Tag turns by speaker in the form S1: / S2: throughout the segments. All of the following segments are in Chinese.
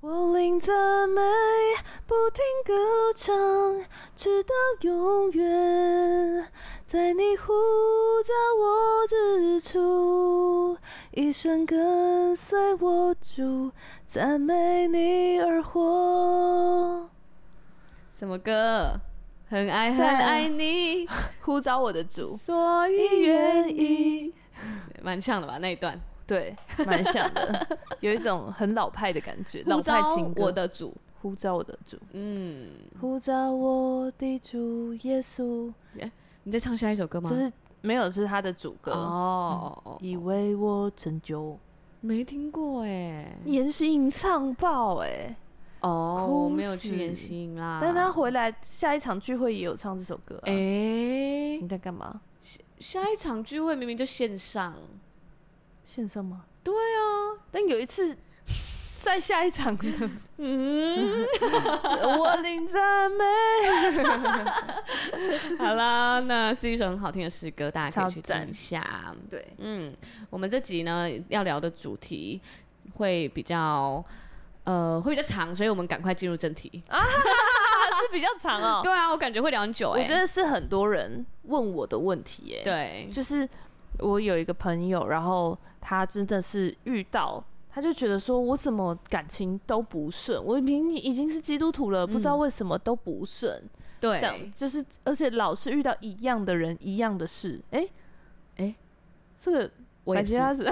S1: 我领着麦，不停歌唱，直到永远。在你呼叫我之处，一生跟随我主，赞美你而活。
S2: 什么歌？很爱很
S1: 算了
S2: 爱你，
S1: 呼召我的主，
S2: 所以
S1: 愿意。
S2: 蛮像的吧？那一段
S1: 对，蛮像 的，有一种很老派的感觉，老
S2: 呼
S1: 派
S2: 召
S1: 情歌。
S2: 我的主，
S1: 呼召我的主，
S2: 嗯，
S1: 呼召我的主耶稣，
S2: 你在唱下一首歌吗？
S1: 这是没有是他的主歌。
S2: 哦哦，
S1: 以为我拯救，
S2: 没听过哎，
S1: 严希莹唱爆哎、
S2: 哦，
S1: 哭
S2: 我没有
S1: 死
S2: 去演戏营啦，
S1: 但他回来下一场聚会也有唱这首歌、啊。
S2: 哎
S1: 你，在干嘛？
S2: 下一场聚会明明就线上，
S1: 线上吗？
S2: 对啊，
S1: 但有一次在下一场 呢，
S2: 嗯，
S1: 我领赞美，
S2: 好啦，那是一首很好听的诗歌，大家可以去
S1: 超赞
S2: 听一下。
S1: 对，
S2: 嗯，我们这集呢要聊的主题会比较呃会比较长，所以我们赶快进入正题。
S1: 啊是比较长哦。
S2: 对啊，我感觉会聊很久
S1: 我
S2: 哎、
S1: 觉得是很多人问我的问题耶、，
S2: 对，
S1: 就是我有一个朋友，然后他真的是遇到，他就觉得说我怎么感情都不顺，我明明已经是基督徒了，不知道为什么都不顺，
S2: 对，
S1: 这样就是，而且老是遇到一样的人，一样的事，哎、
S2: 诶
S1: 这个
S2: 我
S1: 百
S2: 也
S1: 吉
S2: 是，
S1: 拉是，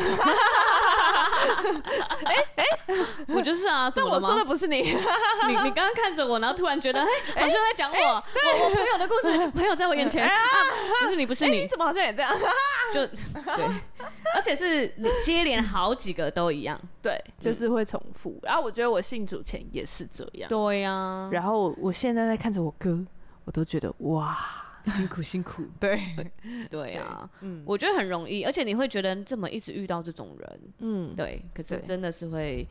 S2: 我就是 啊， 怎
S1: 但
S2: 么
S1: 我
S2: 了
S1: 说的
S2: 吗？
S1: 不是你，
S2: 你 你刚刚看着我，然后突然 觉得，哎、好像在讲我，我我朋友的故事，朋友在我眼前，啊，不是你，不是哎你
S1: 你，怎么好像也这样？
S2: 就对，而且是接连好几个都一样。
S1: 对，就是会重复。然后我觉得我信主前也是这样，
S2: 对呀、
S1: 然后我现在在看着我哥，我都觉得哇，
S2: 辛苦辛苦。
S1: 对，
S2: 对啊，
S1: 嗯
S2: 我觉得很容易，而且你会觉得这么一直遇到这种人，
S1: 嗯，
S2: 对，可是
S1: 对
S2: 真的是会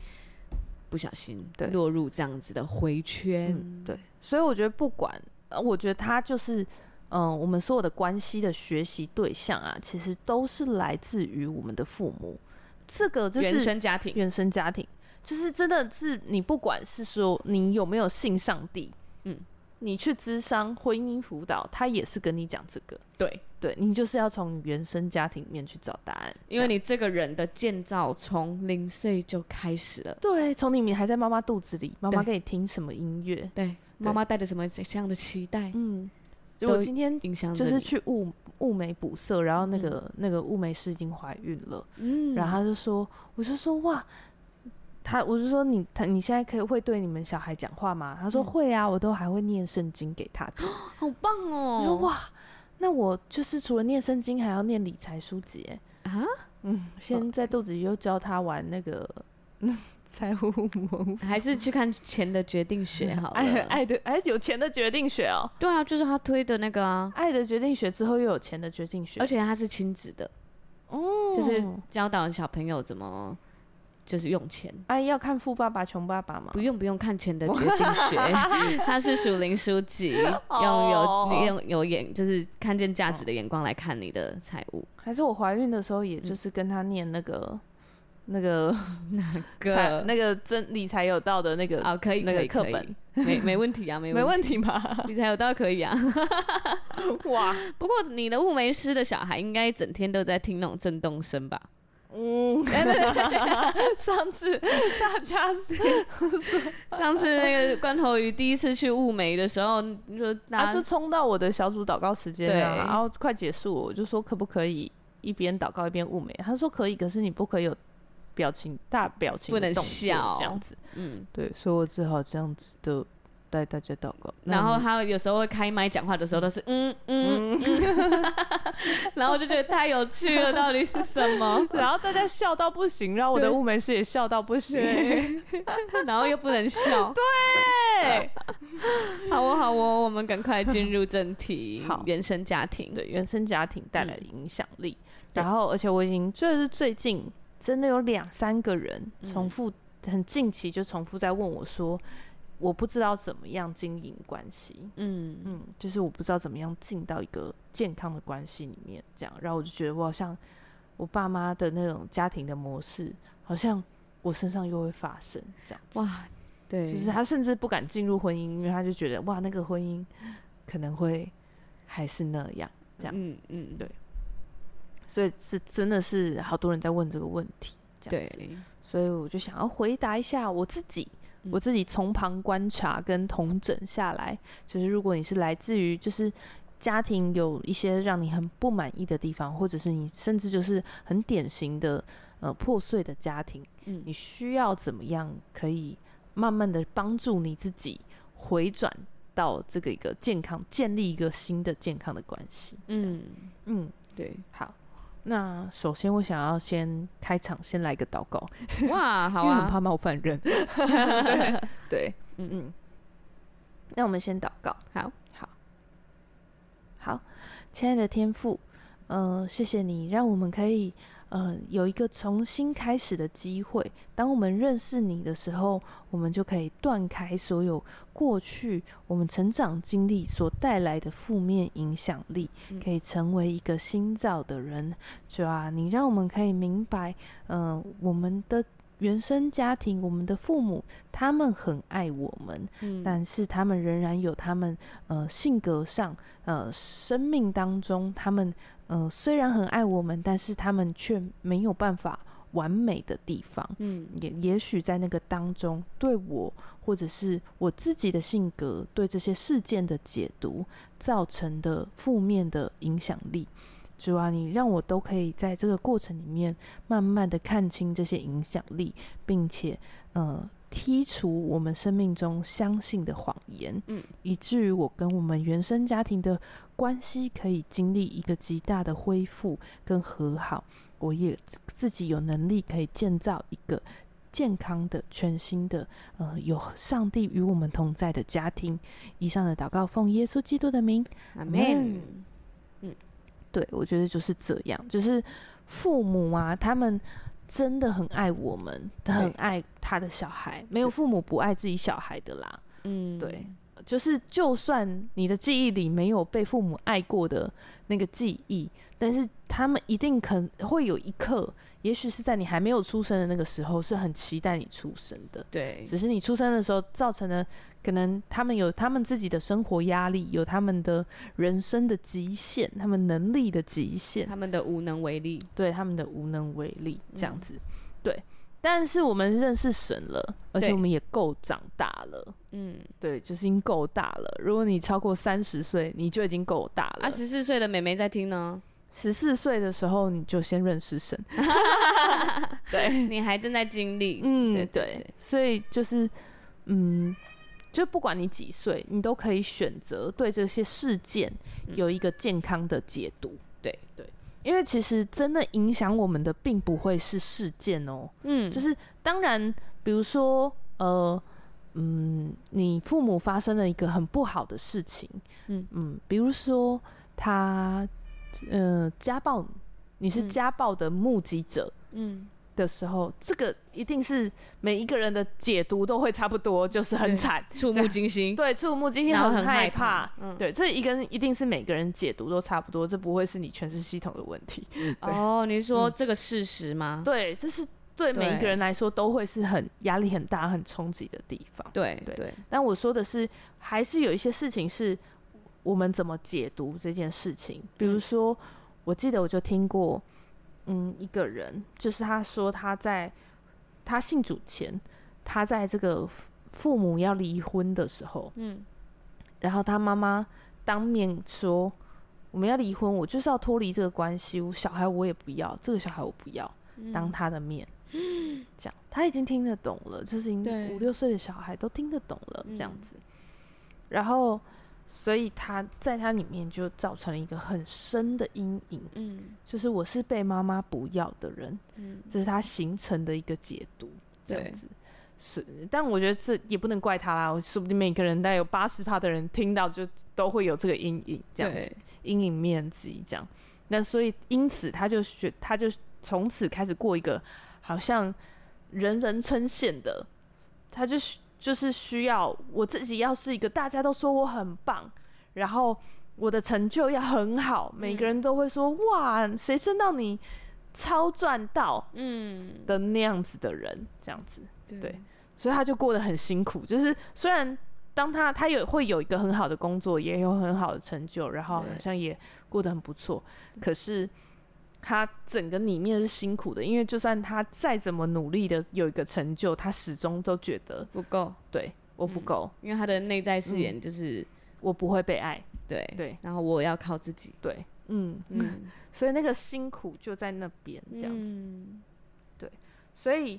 S2: 不小心
S1: 对
S2: 落入这样子的回圈。
S1: 嗯，对，所以我觉得不管，呃我觉得他就是，嗯、我们所有的关系的学习对象啊，其实都是来自于我们的父母，这个就是
S2: 原生家庭，
S1: 原生家庭，就是真的是你不管是说你有没有信上帝，
S2: 嗯，
S1: 你去咨商、婚姻辅导，他也是跟你讲这个，
S2: 对，
S1: 对你就是要从原生家庭里面去找答案，
S2: 因为你这个人的建造从零岁就开始了。
S1: 对，从你还在妈妈肚子里，妈妈给
S2: 对
S1: 你听什么音乐，
S2: 对，妈妈带着什么这样的期待，
S1: 嗯，就我
S2: 都
S1: 今天
S2: 影响着
S1: 就
S2: 你
S1: 是去雾雾眉补色，然后那个、那个雾眉师已经怀孕了，
S2: 嗯
S1: 然后他就说，我就说哇，他我就说你他你现在可以会对你们小孩讲话吗？他说、
S2: 嗯
S1: 会啊，我都还会念圣经给他听。
S2: 好棒哦！
S1: 我说哇，那我就是除了念圣经，还要念理财书籍耶。
S2: 啊，
S1: 嗯，先在肚子里又教他玩那个 财务魔，
S2: 还是去看《钱的决定学》好了。
S1: 爱爱的哎有钱的决定学哦，
S2: 对啊，就是他推的那个啊，
S1: 爱的决定学之后又有钱的决定学，
S2: 而且他是亲子的，
S1: 哦
S2: 就是教导小朋友怎么就是用钱。
S1: 哎要看富爸爸穷爸爸嘛
S2: 不。用不用看钱的决定 学，它是属灵书籍，用
S1: 哦
S2: 有用有眼就是看见价值的眼光来看你的财务。
S1: 还是我怀孕的时候，也
S2: 嗯
S1: 就是跟他念那个、那 个财
S2: 哥，
S1: 那个真理财有道的那个，
S2: 啊可以
S1: 那
S2: 可
S1: 个
S2: 以
S1: 课
S2: 可以
S1: 本，
S2: 没没问题啊，没
S1: 没
S2: 问
S1: 问题吧？
S2: 题，你才有道可以啊。
S1: 哇，
S2: 不过你的雾眉师的小孩应该整天都在听那种震动声吧？
S1: 嗯，哎对对对上次大家 是啊
S2: 上次那个罐头鱼第一次去雾眉的时候，你说大
S1: 啊，就
S2: 家
S1: 冲到我的小组祷告时间啊，
S2: 对
S1: 然后快结束了，我就说可不可以一边祷告一边物美？他说可以，可是你不可以有表情大表情的
S2: 不能
S1: 动作
S2: 笑
S1: 这样子。
S2: 嗯，
S1: 对，所以我只好这样子的带大家祷告。那
S2: 然后
S1: 你
S2: 他有时候会开麦讲话的时候都是嗯嗯， 嗯然后我就觉得太有趣了，到底是什 么？
S1: 然后大家笑到不行，然后我的
S2: 对
S1: 物美师也笑到不行。。
S2: 然后又不能笑，对，
S3: 对
S2: 好哦，好哦，我们赶快进入正题
S1: 好
S2: 原生家庭。
S1: 对原生家庭带来的影响力。
S2: 对
S1: 然后，而且我已经就是最近真的有两三个人重复，很近期就重复在问我说，我不知道怎么样经营关系，
S2: 嗯，
S1: 嗯，就是我不知道怎么样进到一个健康的关系里面，这样。然后我就觉得我好像我爸妈的那种家庭的模式，好像我身上又会发生这样子。
S2: 哇，对，
S1: 就是他甚至不敢进入婚姻，因为他就觉得哇，那个婚姻可能会还是那样。这样
S2: 嗯嗯，
S1: 对所以是真的是好多人在问这个问题，这样
S2: 对
S1: 子。，所以我就想要回答一下我自己，我
S2: 嗯
S1: 自己从旁观察跟统整下来，就是如果你是来自于就是家庭有一些让你很不满意的地方，或者是你甚至就是很典型的呃破碎的家庭，
S2: 嗯
S1: 你需要怎么样可以慢慢的帮助你自己回转到这个一个健康，建立一个新的健康的关系，
S2: 嗯
S1: 嗯。
S2: 对，
S1: 好，那首先我想要先开场，先来个祷告，
S2: 哇，好
S1: 因为很
S2: 啊，
S1: 怕冒犯 人。对对，嗯
S2: 嗯
S1: 嗯。那我们先祷告。
S2: 好，
S1: 好，好，亲爱的天父，呃，谢谢你让我们可以呃有一个重新开始的机会。当我们认识你的时候，我们就可以断开所有过去我们成长经历所带来的负面影响力，
S2: 嗯
S1: 可以成为一个新造的人。主啊，你让我们可以明白，呃，我们的。原生家庭，我们的父母，他们很爱我们，
S2: 嗯
S1: 但是他们仍然有他们呃性格上呃生命当中，他们呃虽然很爱我们，但是他们却没有办法完美的地方。
S2: 嗯
S1: 也也许在那个当中，对我或者是我自己的性格对这些事件的解读造成的负面的影响力。主啊，你让我都可以在这个过程里面，慢慢的看清这些影响力，并且呃剔除我们生命中相信的谎言，
S2: 嗯，
S1: 以至于我跟我们原生家庭的关系可以经历一个极大的恢复跟和好。我也自自己有能力可以建造一个健康的、全新的，呃，有上帝与我们同在的家庭。以上的祷告奉耶稣基督的名，
S2: 阿
S1: Amen
S2: man，
S1: 对，我觉得就是这样，就是父母啊，他们真的很爱我们，他很爱他的小孩，没有父母不爱自己小孩的啦。
S2: 嗯，
S1: 对，就是就算你的记忆里没有被父母爱过的那个记忆，但是他们一定肯会有一刻，也许是在你还没有出生的那个时候，是很期待你出生的。
S2: 对，
S1: 只是你出生的时候造成了，可能他们有他们自己的生活压力，有他们的人生的极限，他们能力的极限，
S2: 他们的无能为力，
S1: 对他们的无能为力这样
S2: 嗯
S1: 子。对，但是我们认识神了，而且
S2: 对
S1: 我们也够长大了。
S2: 嗯，
S1: 对，就是已经够大了。如果你超过三十岁，你就已经够大了
S2: 啊，。十四岁的妹妹在听呢，
S1: 十四岁的时候，你就先认识神。对，
S2: 你还正在经历，
S1: 嗯，
S2: 对
S1: 对
S2: 对，
S1: 所以就是，嗯，就不管你几岁，你都可以选择对这些事件
S2: 嗯
S1: 有一个健康的解读。
S2: 对
S1: 对，因为其实真的影响我们的，并不会是事件哦、
S2: 嗯，
S1: 就是是当然，比如说，呃，嗯，你父母发生了一个很不好的事情，
S2: 嗯
S1: 比如说他，呃，家暴，你是
S2: 嗯
S1: 家暴的目击者
S2: 嗯，
S1: 的时候，这个一定是每一个人的解读都会差不多，就是很
S2: 对
S1: 惨，
S2: 触目惊心，
S1: 对，触目惊心，
S2: 然后
S1: 很
S2: 很
S1: 害
S2: 害
S1: 怕
S2: 怕。嗯
S1: 对，这一个人一定是每个人解读都差不多，这不会是你诠释系统的问题。
S2: 哦，你是说这个事实吗？
S1: 对，这是对每一个
S2: 对
S1: 人来说都会是很压力很大、很冲击的地方。
S2: 对
S1: 对
S2: 对，
S1: 但我说的是，还是有一些事情是我们怎么解读这件事情。比如说，我记得我就听过，嗯，一个人就是他说他在他信主前，他在这个父父母要离婚的时候，
S2: 嗯
S1: 然后他妈妈当面说我们要离婚，我就是要脱离这个关系，我小孩我也不要，这个小孩我不要，当他的面。这样，他已经听得懂了，就是已经
S2: 对
S1: 五六岁的小孩都听得懂了，这样
S2: 嗯
S1: 子。然后，所以他在他里面就造成了一个很深的阴影，
S2: 嗯
S1: 就是我是被妈妈不要的人，
S2: 嗯，
S1: 这是他形成的一个解读，这样
S2: 对
S1: 子。是，但我觉得这也不能怪他啦，说不定每个人大概有八十趴的人听到就都会有这个阴影，这样子
S2: 对
S1: 阴影面积这样。那所以因此他就学，他就从此开始过一个好像人人称羡的，他就需就是需要我自己要是一个大家都说我很棒，然后我的成就要很好，每个人都会说、哇，谁升到你超赚到
S2: 嗯，
S1: 的那样子的人，这样子。
S2: 对
S1: 对，所以他就过得很辛苦。就是虽然当他他有会有一个很好的工作，也有很好的成就，然后好
S2: 对
S1: 像也过得很不错，可是他整个里面是辛苦的，因为就算他再怎么努力的有一个成就，他始终都觉得
S2: 不够，
S1: 对我不够，
S2: 因为他的内在誓言就是、
S1: 我不会被爱。
S2: 对
S1: 嗯对
S2: 然后我要靠自己，
S1: 对，嗯，
S2: 嗯，
S1: 所以那个辛苦就在那边这样子。
S2: 嗯
S1: 所以，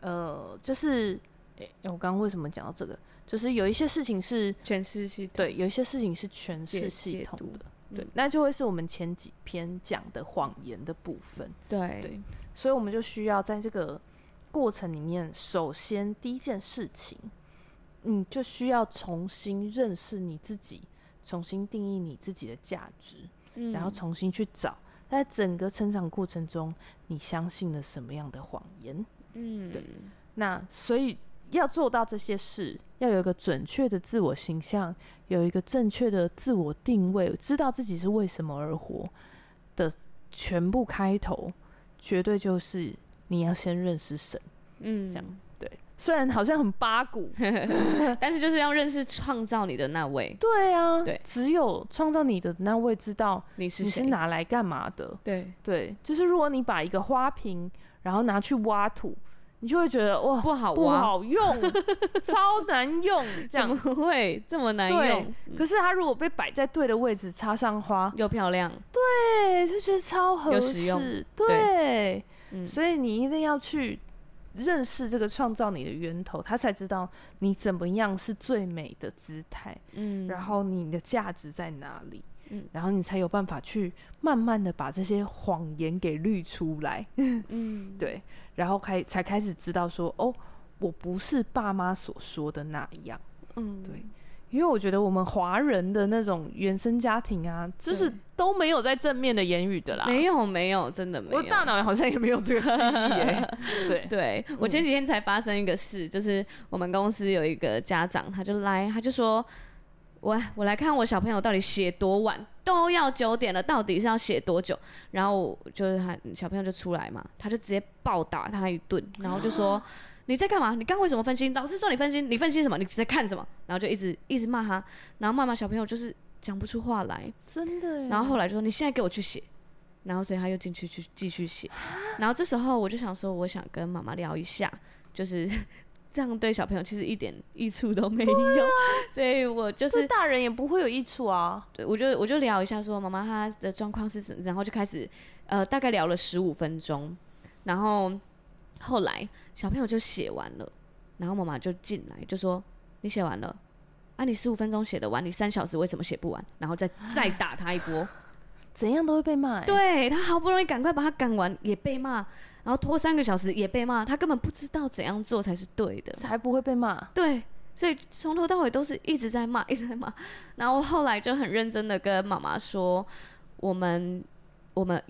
S1: 呃，就是，诶、我刚刚为什么讲到这个？就是有一些事情是
S2: 全是系统，
S1: 对，有一些事情是诠
S2: 解
S1: 释系
S2: 解
S1: 统
S2: 读
S1: 的，对
S2: 嗯，
S1: 那就会是我们前几篇讲的谎言的部分，
S2: 对
S1: 对所以我们就需要在这个过程里面，首先第一件事情，你就需要重新认识你自己，重新定义你自己的价值，
S2: 嗯
S1: 然后重新去找，在整个成长过程中，你相信了什么样的谎言？
S2: 嗯
S1: 对那所以要做到这些事，要有一个准确的自我形象，有一个正确的自我定位，知道自己是为什么而活的全部开头，绝对就是你要先认识神。
S2: 嗯
S1: 这样对，虽然好像很八 股，
S2: 但是就是要认识创造你的那位，
S1: 对啊，
S2: 对
S1: 只有创造你的那位知道
S2: 你是
S1: 你是
S2: 谁？
S1: 拿来干嘛的。
S2: 对，
S1: 对，就是如果你把一个花瓶，然后拿去挖土，你就会觉得哇。
S2: 不好啊
S1: 不
S2: 挖，
S1: 好 用，超难用，这
S2: 怎
S1: 样
S2: 么会这么难
S1: 对
S2: 用？嗯
S1: 可是它如果被摆在对的位置，插上花，
S2: 又漂亮，
S1: 对，就觉得超合
S2: 又
S1: 适，
S2: 实用
S1: 对，
S2: 嗯
S1: 所以你一定要去认识这个创造你的源头，他才知道你怎么样是最美的姿态，
S2: 嗯，
S1: 然后你的价值在哪里。
S2: 嗯
S1: 然后你才有办法去慢慢的把这些谎言给滤出来，
S2: 嗯，
S1: 对，然后开才开始知道说，哦，我不是爸妈所说的那样。
S2: 嗯，
S1: 对因为我觉得我们华人的那种原生家庭啊，就是
S2: 对
S1: 都没有在正面的言语的啦。
S2: 没有没有，真的没有。
S1: 我大脑好像也没有这个记忆 耶。对，
S2: 对我前几天才发生一个事，就是我们公司有一个家长，他就来，他就说，我我来看我小朋友到底写多晚，都要九点了，到底是要写多久？然后就是他小朋友就出来嘛，他就直接暴打他一顿，然后就说。你在干嘛？你刚为什么分心？老师说你分心，你分心什么？你在看什么？然后就一直一直骂他，然后骂骂小朋友就是讲不出话来，
S1: 真的耶。
S2: 然后后来就说你现在给我去写，然后所以他又进去去继续写，然后这时候我就想说，我想跟妈妈聊一下，就是 这样对小朋友其实一点益处都没有， 所以我就
S1: 这
S2: 是
S1: 大人也不会有益处啊。
S2: 对我就我就聊一下说妈妈她的状况是什，然后就开始呃大概聊了十五分钟，然后后来小朋友就写完了，然后妈妈就进来就说你写完了。啊，你十五分钟写的完，你三小时为什么写不完？然后再再打他一波，
S1: 怎样都会被骂耶。
S2: 对他好不容易赶快把他赶完，也被骂，然后拖三个小时也被骂，他根本不知道怎样做才是对的。
S1: 才不会被骂。
S2: 对，所以从头到尾都是一直在骂，一直在骂。然后后来就很认真的跟妈妈说，我们我们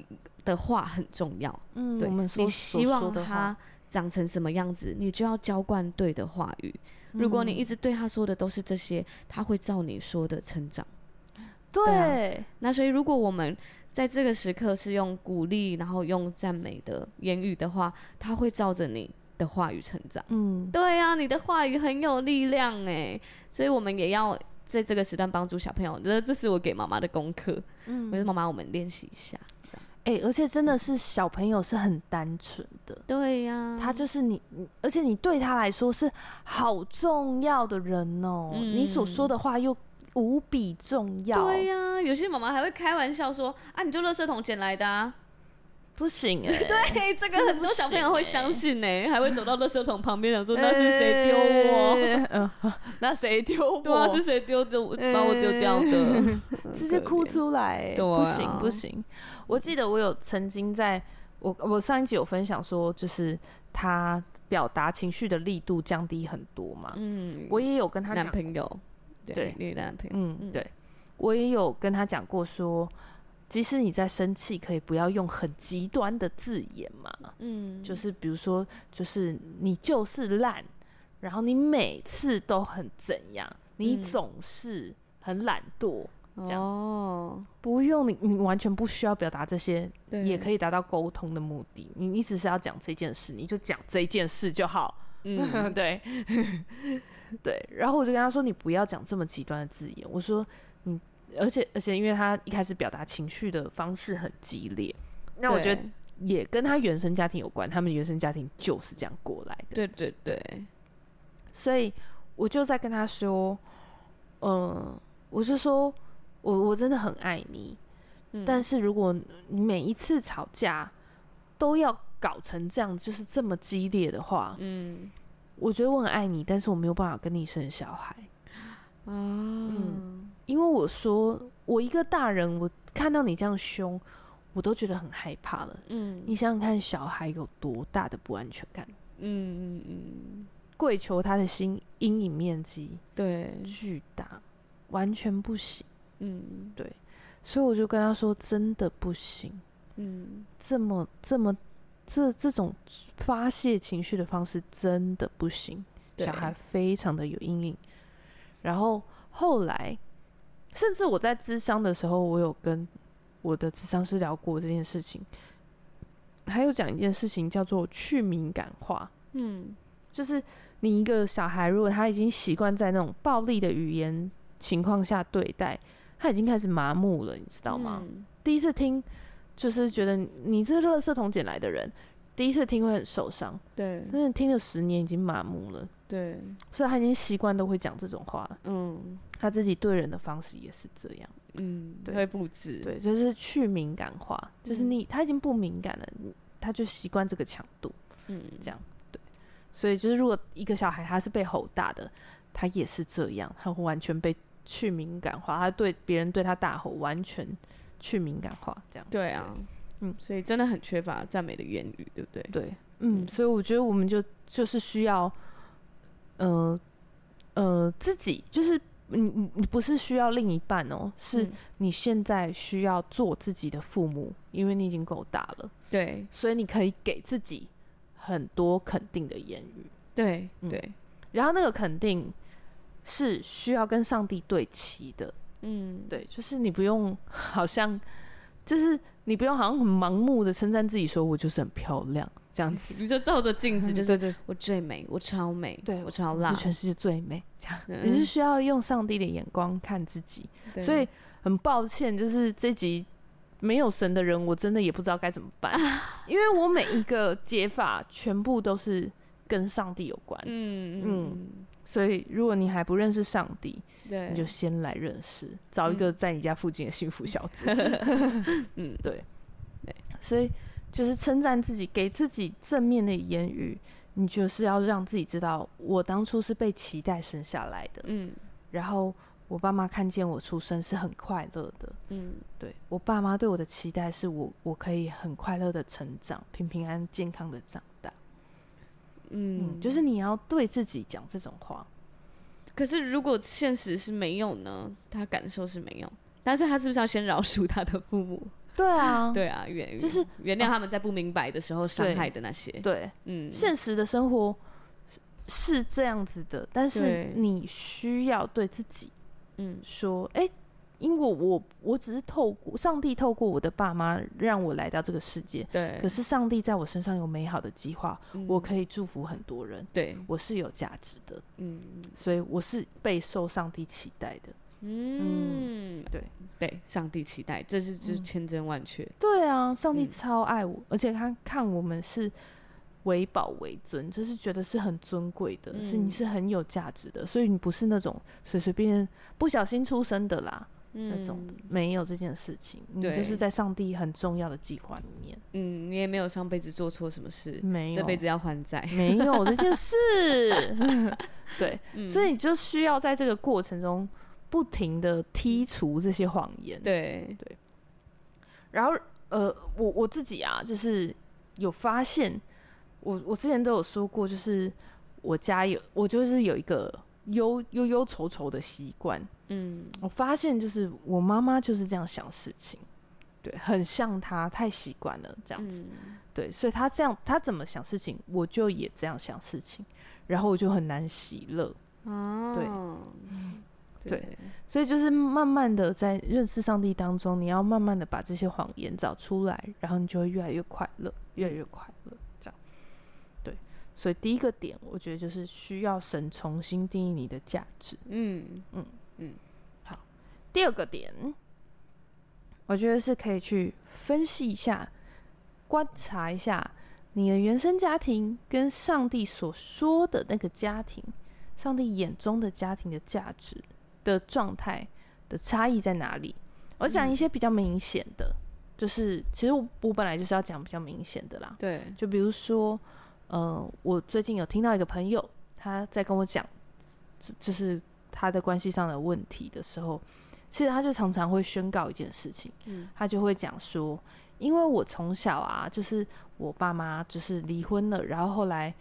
S2: 的话很重要，
S1: 嗯，
S2: 对，
S1: 我们说
S2: 你
S1: 所
S2: 希
S1: 说
S2: 望
S1: 的话
S2: 他长成什么样子，你就要浇灌对的话语。如果你
S1: 嗯
S2: 一直对他说的都是这些，他会照你说的成长。对啊
S1: 对
S2: 那所以，如果我们在这个时刻是用鼓励，然后用赞美的言语的话，它会照着你的话语成长。
S1: 嗯
S2: 对啊，你的话语很有力量哎，所以我们也要在这个时段帮助小朋友。这这是我给妈妈的功课，我
S1: 嗯，
S2: 说妈妈，我们练习一下。
S1: 哎，而且真的是小朋友是很单纯的。
S2: 对呀、
S1: 他就是你，你而且你对他来说是好重要的人哦、你所说的话又无比重要。
S2: 嗯对呀、有些妈妈还会开玩笑说啊，你就垃圾桶捡来的 啊。
S1: 不行哎、
S2: 对，这个
S1: 真的
S2: 很
S1: 不
S2: 多小朋友欸会相信呢、还会走到垃圾桶旁边 想说
S1: 欸
S2: 那是谁丢我？
S1: 嗯那谁丢我？
S2: 对啊，是谁丢的？哎我把我丢掉 的。
S1: 直接哭出来、欸，
S2: 对啊
S1: 不行不行。我记得我有曾经在我我上一集有分享说，就是他。表达情绪的力度降低很多嘛。
S2: 嗯，
S1: 我也有跟他
S2: 男
S1: 讲，
S2: 朋友，
S1: 对
S2: 你的男朋友，
S1: 嗯，
S2: 嗯
S1: 对，我也有跟他讲过说，即使你在生气，可以不要用很极端的字眼嘛。
S2: 嗯，
S1: 就是比如说，就是你就是烂，然后你每次都很怎样，你
S2: 嗯
S1: 总是很懒惰，这样
S2: 哦，
S1: 不用你，你完全不需要表达这些，
S2: 对，
S1: 也可以达到沟通的目的。你你只是要讲这件事，你就讲这件事就好。
S2: 嗯，
S1: 对， 对。然后我就跟他说，你不要讲这么极端的字眼。我说，你而且而且，因为他一开始表达情绪的方式很激烈，那我觉得
S2: 对
S1: 也跟他原生家庭有关，他们原生家庭就是这样过来的。
S2: 对对对，
S1: 所以我就在跟他说，嗯，我就说我我真的很爱你，
S2: 嗯
S1: 但是如果你每一次吵架都要搞成这样，就是这么激烈的话，
S2: 嗯
S1: 我觉得我很爱你，但是我没有办法跟你生小孩，
S2: 啊，嗯
S1: 因为我说我一个大人，我看到你这样凶，我都觉得很害怕了。
S2: 嗯
S1: 你想想看，小孩有多大的不安全感？
S2: 嗯嗯，
S1: 跪求他的心阴影面积
S2: 对，
S1: 巨大，完全不行。
S2: 嗯
S1: 所以我就跟他说，真的不行，
S2: 嗯
S1: 这么这么这这种发泄情绪的方式真的不行，
S2: 对
S1: 小孩非常的有阴影。然后后来，甚至我在咨商的时候，我有跟我的咨商师聊过这件事情，还有讲一件事情叫做去敏感化，
S2: 嗯
S1: 就是你一个小孩，如果他已经习惯在那种暴力的语言情况下对待，他已经开始麻木了，你知道吗？？
S2: 嗯
S1: 第一次听，就是觉得你这是垃圾桶捡来的人，第一次听会很受伤，
S2: 对
S1: 但是听了十年已经麻木了，
S2: 对，
S1: 所以他已经习惯都会讲这种话了。
S2: 嗯
S1: 他自己对人的方式也是这样，
S2: 嗯，
S1: 对
S2: 会复制，
S1: 对，就是去敏感化，就是
S2: 嗯
S1: 你他已经不敏感了，你他就习惯这个强度，
S2: 嗯，
S1: 这样所以就是如果一个小孩他是被吼大的，他也是这样，他会完全被去敏感化，他对别人对他大吼完全去敏感化，这样
S2: 对啊，嗯
S1: 嗯，
S2: 所以真的很缺乏赞美的言语，对不对？
S1: 对，嗯，
S2: 嗯
S1: 所以我觉得我们就就是需要，呃呃，自己就是你你你不是需要另一半哦，是
S2: 嗯
S1: 你现在需要做自己的父母，因为你已经够大了，
S2: 对
S1: 所以你可以给自己很多肯定的言语，
S2: 对
S1: 嗯
S2: 对，
S1: 然后那个肯定是需要跟上帝对齐的，
S2: 嗯，
S1: 对，就是你不用好像就是你不用好像很盲目的称赞自己说我就是很漂亮这样子，
S2: 你就照着镜子，就是
S1: 嗯对对
S2: 我最美，我超美，
S1: 对
S2: 我超
S1: 是
S2: 辣，
S1: 全世界最美，这样、
S2: 嗯
S1: 你是需要用上帝的眼光看自己。
S2: 对
S1: 所以很抱歉，就是这集没有神的人，我真的也不知道该怎么 办，因为我每一个解法全部都是跟上帝有关。
S2: 嗯嗯
S1: 嗯，所以如果你还不认识上帝，
S2: 对，
S1: 你就先来认识，找一个在你家附近的幸福小组。
S2: 嗯
S1: 对，所以就是称赞自己，给自己正面的言语。你就是要让自己知道，我当初是被期待生下来的，
S2: 嗯
S1: 然后我爸妈看见我出生是很快乐的，
S2: 嗯
S1: 对我爸妈对我的期待是我我可以很快乐的成长，平平安健康的长大。嗯，
S2: 嗯，
S1: 就是你要对自己讲这种话，
S2: 可是如果现实是没有呢？他感受是没有，但是他是不是要先饶恕他的父母？
S1: 对啊，
S2: 对啊，原
S1: 就是
S2: 原谅他们在不明白的时候伤
S1: 对
S2: 害的那些。
S1: 对，
S2: 嗯，
S1: 现实的生活是是这样子的，但是
S2: 对
S1: 你需要对自己
S2: 嗯
S1: 说，哎、因为我我只是透过上帝透过我的爸妈让我来到这个世界，
S2: 对，
S1: 可是上帝在我身上有美好的计划，
S2: 嗯
S1: 我可以祝福很多人。
S2: 对，
S1: 我是有价值的，
S2: 嗯
S1: 所以我是备受上帝期待的。
S2: 嗯
S1: 对嗯
S2: 对，上帝期待，这是就是千真万确。
S1: 对啊，上帝
S2: 嗯
S1: 超爱我，而且他看我们是为宝为尊，就是觉得是很尊贵的，是
S2: 嗯
S1: 你是很有价值的，所以你不是那种随随便便不小心出生的啦，那种
S2: 嗯
S1: 没有这件事情，你
S2: 对
S1: 就是在上帝很重要的计划里面，
S2: 嗯，你也没有上辈子做错什么事，
S1: 没有
S2: 这辈子要还债。
S1: 没有这件事， 对，
S2: 嗯
S1: 所以你就需要在这个过程中不停的剔除这些谎言，
S2: 对，
S1: 然后呃，我我自己啊，就是有发现，我我之前都有说过，就是我家有我就是有一个忧忧忧愁愁的习惯，
S2: 嗯，
S1: 我发现就是我妈妈就是这样想事情，对，很像她，太习惯了这
S2: 这
S1: 样子，对，所以她这样她怎么想事情，我就也这样想事情，然后我就很难喜乐，
S2: 哦，
S1: 对，所以就是慢慢的在认识上帝当中，你要慢慢的把这些谎言找出来，然后你就会越来越快乐，越来越快乐，这样。对，所以第一个点，我觉得就是需要神重新定义你的价值。
S2: 嗯，
S1: 第二个点，我觉得是可以去分析一下、观察一下你的原生家庭跟上帝所说的那个家庭，上帝眼中的家庭的价值的状态的差异在哪里。我讲一些比较明显的，就是其实我我本来就是要讲比较明显的啦，
S2: 对，
S1: 就比如说，呃，我最近有听到一个朋友，他在跟我讲，这就是他在关系上的问题的时候，其实他就常常会宣告一件事情，
S2: 嗯
S1: 他就会讲说，因为我从小啊，就是我爸妈就是离婚了，然后后来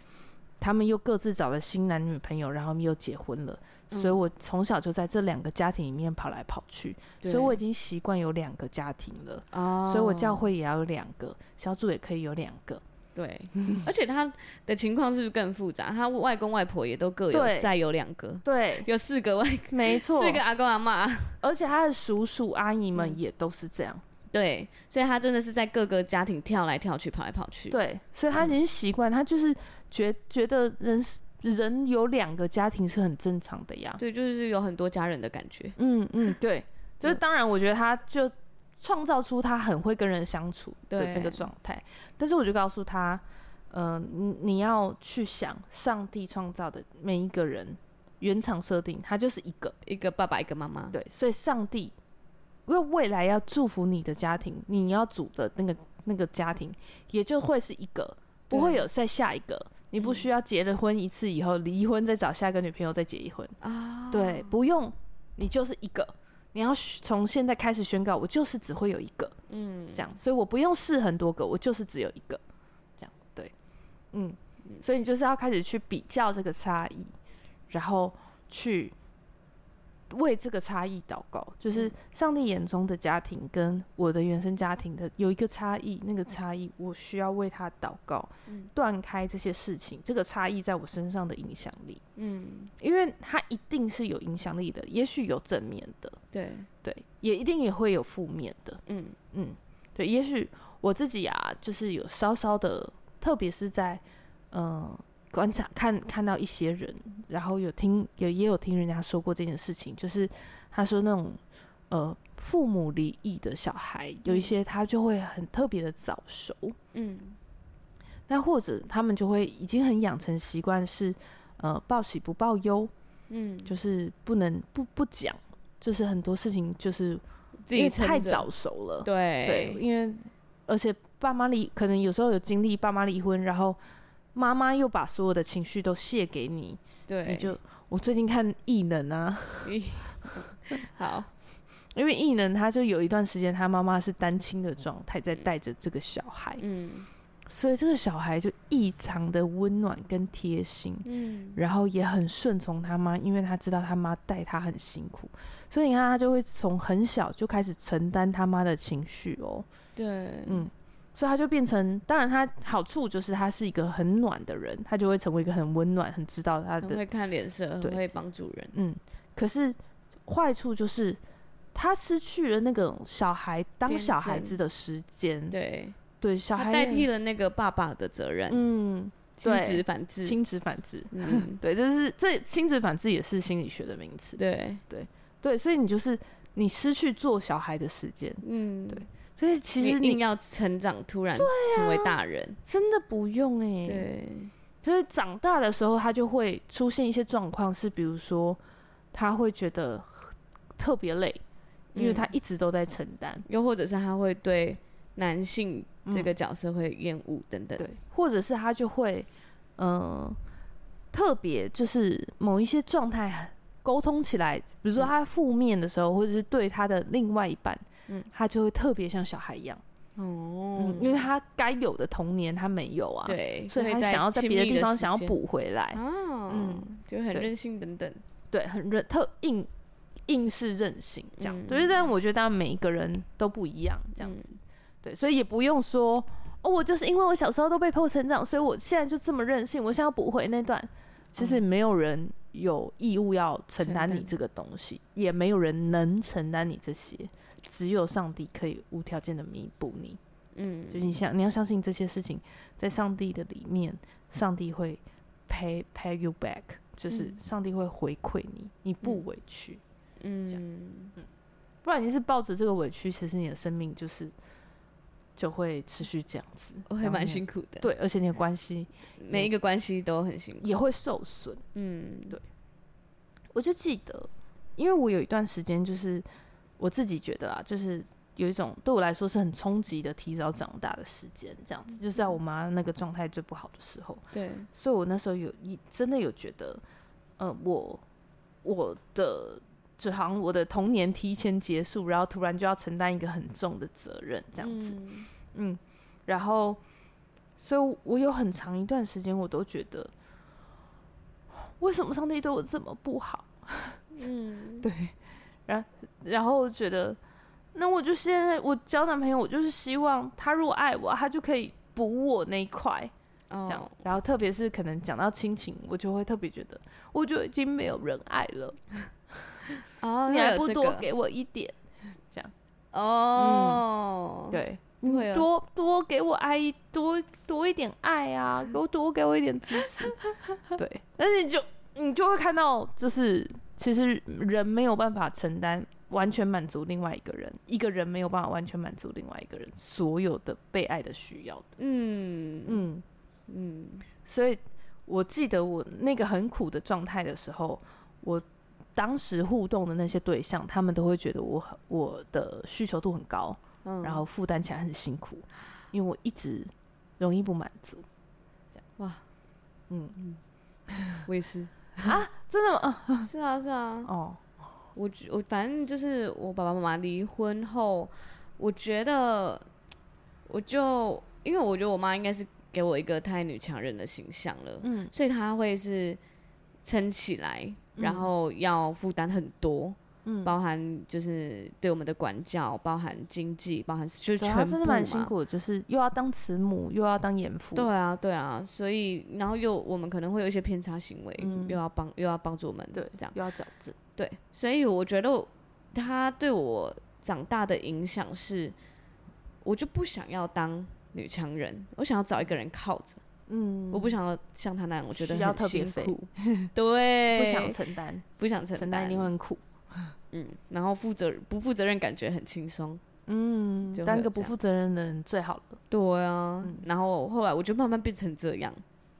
S1: 他们又各自找了新男女朋友，然后他们又结婚了，所以
S2: 嗯
S1: 我从小就在这两个家庭里面跑来跑去，所以我已
S2: 对，
S1: 经习惯有两个家庭了。
S2: 哦，
S1: 所以我教会也要有两个，小组也可以有两个，
S2: 对， 而且他的情况是不是更复杂？他外公外婆也都各有
S1: 对
S2: 再有两个，
S1: 对，
S2: 有四个外，
S1: 没错，
S2: 四个阿公阿妈，
S1: 而且他的叔叔阿姨
S2: 嗯
S1: 们也都是这样，
S2: 对，所以他真的是在各个家庭跳来跳去，跑来跑去，
S1: 对，嗯所以他已经习惯，他就是觉觉得人是人有两个家庭是很正常的呀。
S2: 对，就是有很多家人的感觉，
S1: 嗯嗯，对，就是当然，我觉得他就创造出他很会跟人相处的那
S2: 对
S1: 个状态，但是我就告诉他，嗯、你你要去想上帝创造的每一个人原厂设定，他就是一个，
S2: 一个爸爸，一个妈妈，
S1: 对，所以上帝因为未来要祝福你的家庭，你要组的那个那个家庭也就会是一个，不会
S2: 对
S1: 有再下一个。你不
S2: 嗯
S1: 需要结了婚一次以后离婚，再找下一个女朋友再结一婚，
S2: 啊，
S1: 对，不用，你就是一个。你要宣从现在开始宣告，我就是只会有一个
S2: 嗯，
S1: 这样，所以我不用试很多个，我就是只有一个这样。对，嗯，所以你就是要开始去比较这个差异，然后去为这个差异祷告，
S2: 嗯
S1: 就是上帝眼中的家庭跟我的原生家庭的有一个差异，那个差异我需要为他祷告
S2: 嗯，
S1: 断开这些事情，这个差异在我身上的影响力，
S2: 嗯，
S1: 因为它一定是有影响力的，也许有正面的，
S2: 对，
S1: 对，也一定也会有负面的，
S2: 嗯，
S1: 嗯，对，也许我自己啊，就是有稍稍的，特别是在嗯、呃观察看看到一些人，然后有听有也有听人家说过这件事情，就是他说那种呃父母离异的小孩，有一
S2: 嗯
S1: 些他就会很特别的早熟，
S2: 嗯，
S1: 那或者他们就会已经很养成习惯是呃报喜不报忧，
S2: 嗯，
S1: 就是不能不不讲，就是很多事情就是
S2: 自
S1: 因为
S2: 己撑
S1: 太
S2: 着
S1: 早熟了，
S2: 对
S1: 对，，因为而且爸妈离，可能有时候有经历爸妈离婚，然后妈妈又把所有的情绪都卸给你，
S2: 对，
S1: 你就我最近看艺能啊，
S2: 好，
S1: 因为艺能他就有一段时间他妈妈是单亲的状态，在带着这个小孩，
S2: 嗯
S1: 所以这个小孩就异常的温暖跟贴心。
S2: 嗯，
S1: 然后也很顺从他妈，因为他知道他妈带他很辛苦，所以你看他就会从很小就开始承担他妈的情绪哦。
S2: 对，
S1: 嗯，所以他就变成，当然他好处就是他是一个很暖的人，他就会成为一个很温暖、很知道他
S2: 很
S1: 的，
S2: 会看脸色，
S1: 对
S2: 很会帮助人，
S1: 嗯。可是坏处就是他失去了那种小孩当
S2: 天
S1: 小孩
S2: 真
S1: 子的时间，
S2: 对，
S1: 对，小
S2: 他
S1: 孩
S2: 代
S1: 也
S2: 替了那个爸爸的责任，
S1: 嗯
S2: 亲
S1: 对
S2: 子反制，
S1: 亲子反制，
S2: 嗯，
S1: 对，这是这亲子反制也是心理学的名词，
S2: 对，
S1: 对，所以你就是你失去做小孩的时间，
S2: 嗯，
S1: 对所以其实
S2: 你硬
S1: 你啊
S2: 要成长，突然成为大人，
S1: 真的不用哎、
S2: 对，
S1: 可是长大的时候，他就会出现一些状况，是比如说他会觉得特别累，因为
S2: 嗯
S1: 他一直都在承担，
S2: 又或者是他会对男性
S1: 嗯
S2: 这个角色会厌恶等等，
S1: 对，或者是他就会嗯、呃特别就是某一些状态很沟通起来，比如说
S2: 嗯
S1: 他负面的时候，或者是对他的另外一半，
S2: 嗯
S1: 他就会特别像小孩一样，
S2: 哦
S1: 嗯，因为他该有的童年他没有啊，，
S2: 对，
S1: 所以他
S2: 会在
S1: 想要在
S2: 亲
S1: 别的
S2: 密
S1: 地方
S2: 时
S1: 想要
S2: 间，
S1: 补回来，
S2: 哦，
S1: 嗯
S2: 嗯，就很
S1: 对
S2: 任性等等，
S1: 对，很任特硬硬是任性这样，
S2: 嗯
S1: 对，但我觉得当然每一个人都不一样这样子，
S2: 嗯
S1: 对，所以也不用说哦，我就是因为我小时候都被迫成长，所以我现在就这么任性，我想要补回那段，其实没有人有义务要承
S2: 嗯承
S1: 担你
S2: 担
S1: 这个东西，也没有人能承担你这些，只有上帝可以无条件的弥补你。
S2: 嗯，
S1: 就是你想，你要相信这些事情，在上帝的里面，上帝会 pay pay you back，就是
S2: 嗯
S1: 上帝会回馈你，你不委屈。
S2: 嗯，
S1: 不然你是抱着这个委屈，其实你的生命就是就会持续这样子，
S2: 我会
S1: 然后
S2: 蛮
S1: 你的
S2: 辛苦的，，
S1: 对，而且你的关系
S2: 每一个关系都很辛苦，
S1: 也会受损。
S2: 嗯，
S1: 对我就记得，因为我有一段时间就是我自己觉得啦，就是有一种对我来说是很冲击的提早长大的时间，这样子，就是在我妈那个状态最不好的时候，
S2: 对，
S1: 所以我那时候有一真的有觉得，呃，我我的就好像我的童年提前结束，然后突然就要承担一个很重的责任，这样子。
S2: 嗯
S1: 嗯，然后，所以我有很长一段时间，我都觉得，为什么上帝对我这么不好？
S2: 嗯，
S1: 对，然然后我觉得，那我就现在我交男朋友，我就是希望他如果爱我，他就可以补我那一块，
S2: 哦
S1: 这样。然后特别是可能讲到亲情，我就会特别觉得，我就已经没有人爱了，
S2: 哦，
S1: 你
S2: 会
S1: 还
S2: 有
S1: 不
S2: 这
S1: 多
S2: 个
S1: 给我一点？
S2: 哦，，
S1: 嗯对。
S2: 会
S1: 你
S2: 有
S1: 多多给我爱一多多一点爱啊，给我多给我一点支 持。对，但是你就你就会看到，就是其实人没有办法承担完全满足另外一个人，一个人没有办法完全满足另外一个人所有的被爱的需要。
S2: 嗯嗯
S1: 嗯，
S2: 嗯，
S1: 所以我记得我那个很苦的状态的时候，我当时互动的那些对象，他们都会觉得我很我的需求度很高。
S2: 嗯
S1: 然后负担起来很辛苦，因为我一直容易不满足。
S2: 哇，
S1: 嗯，
S2: 我也 是，
S1: 真的吗？啊
S2: 是啊是啊，
S1: 哦，
S2: 我觉我反正就是我爸爸妈妈离婚后，我觉得我就因为我觉得我妈应该是给我一个太女强人的形象了，
S1: 嗯
S2: 所以她会是撑起来，然后要负担很多。
S1: 嗯，
S2: 包含就是对我们的管教，包含经济，包含就是
S1: 对
S2: 全
S1: 啊
S2: 部嘛，
S1: 真的蛮辛苦的，就是又要当慈母，又要当严父。
S2: 对，啊，对啊，所以然后又我们可能会有一些偏差行为，
S1: 嗯
S2: 又要帮又要帮助我们，
S1: 对，
S2: 这样
S1: 又要矫正。
S2: 对，所以我觉得他对我长大的影响是，我就不想要当女强人，我想要找一个人靠着，
S1: 嗯，
S2: 我不想要像他那样，我觉得
S1: 需要
S2: 很
S1: 特别
S2: 辛
S1: 肥
S2: 苦， 对，
S1: 不想承担，
S2: 不想承
S1: 承担一定会很苦。
S2: 嗯，然后负责不负责任感觉很轻松，
S1: 嗯
S2: 就，会
S1: 当
S2: 有
S1: 个
S2: 这
S1: 不
S2: 样
S1: 负责任的人最好了。
S2: 对啊，
S1: 嗯
S2: 然后后来我就慢慢变成这样，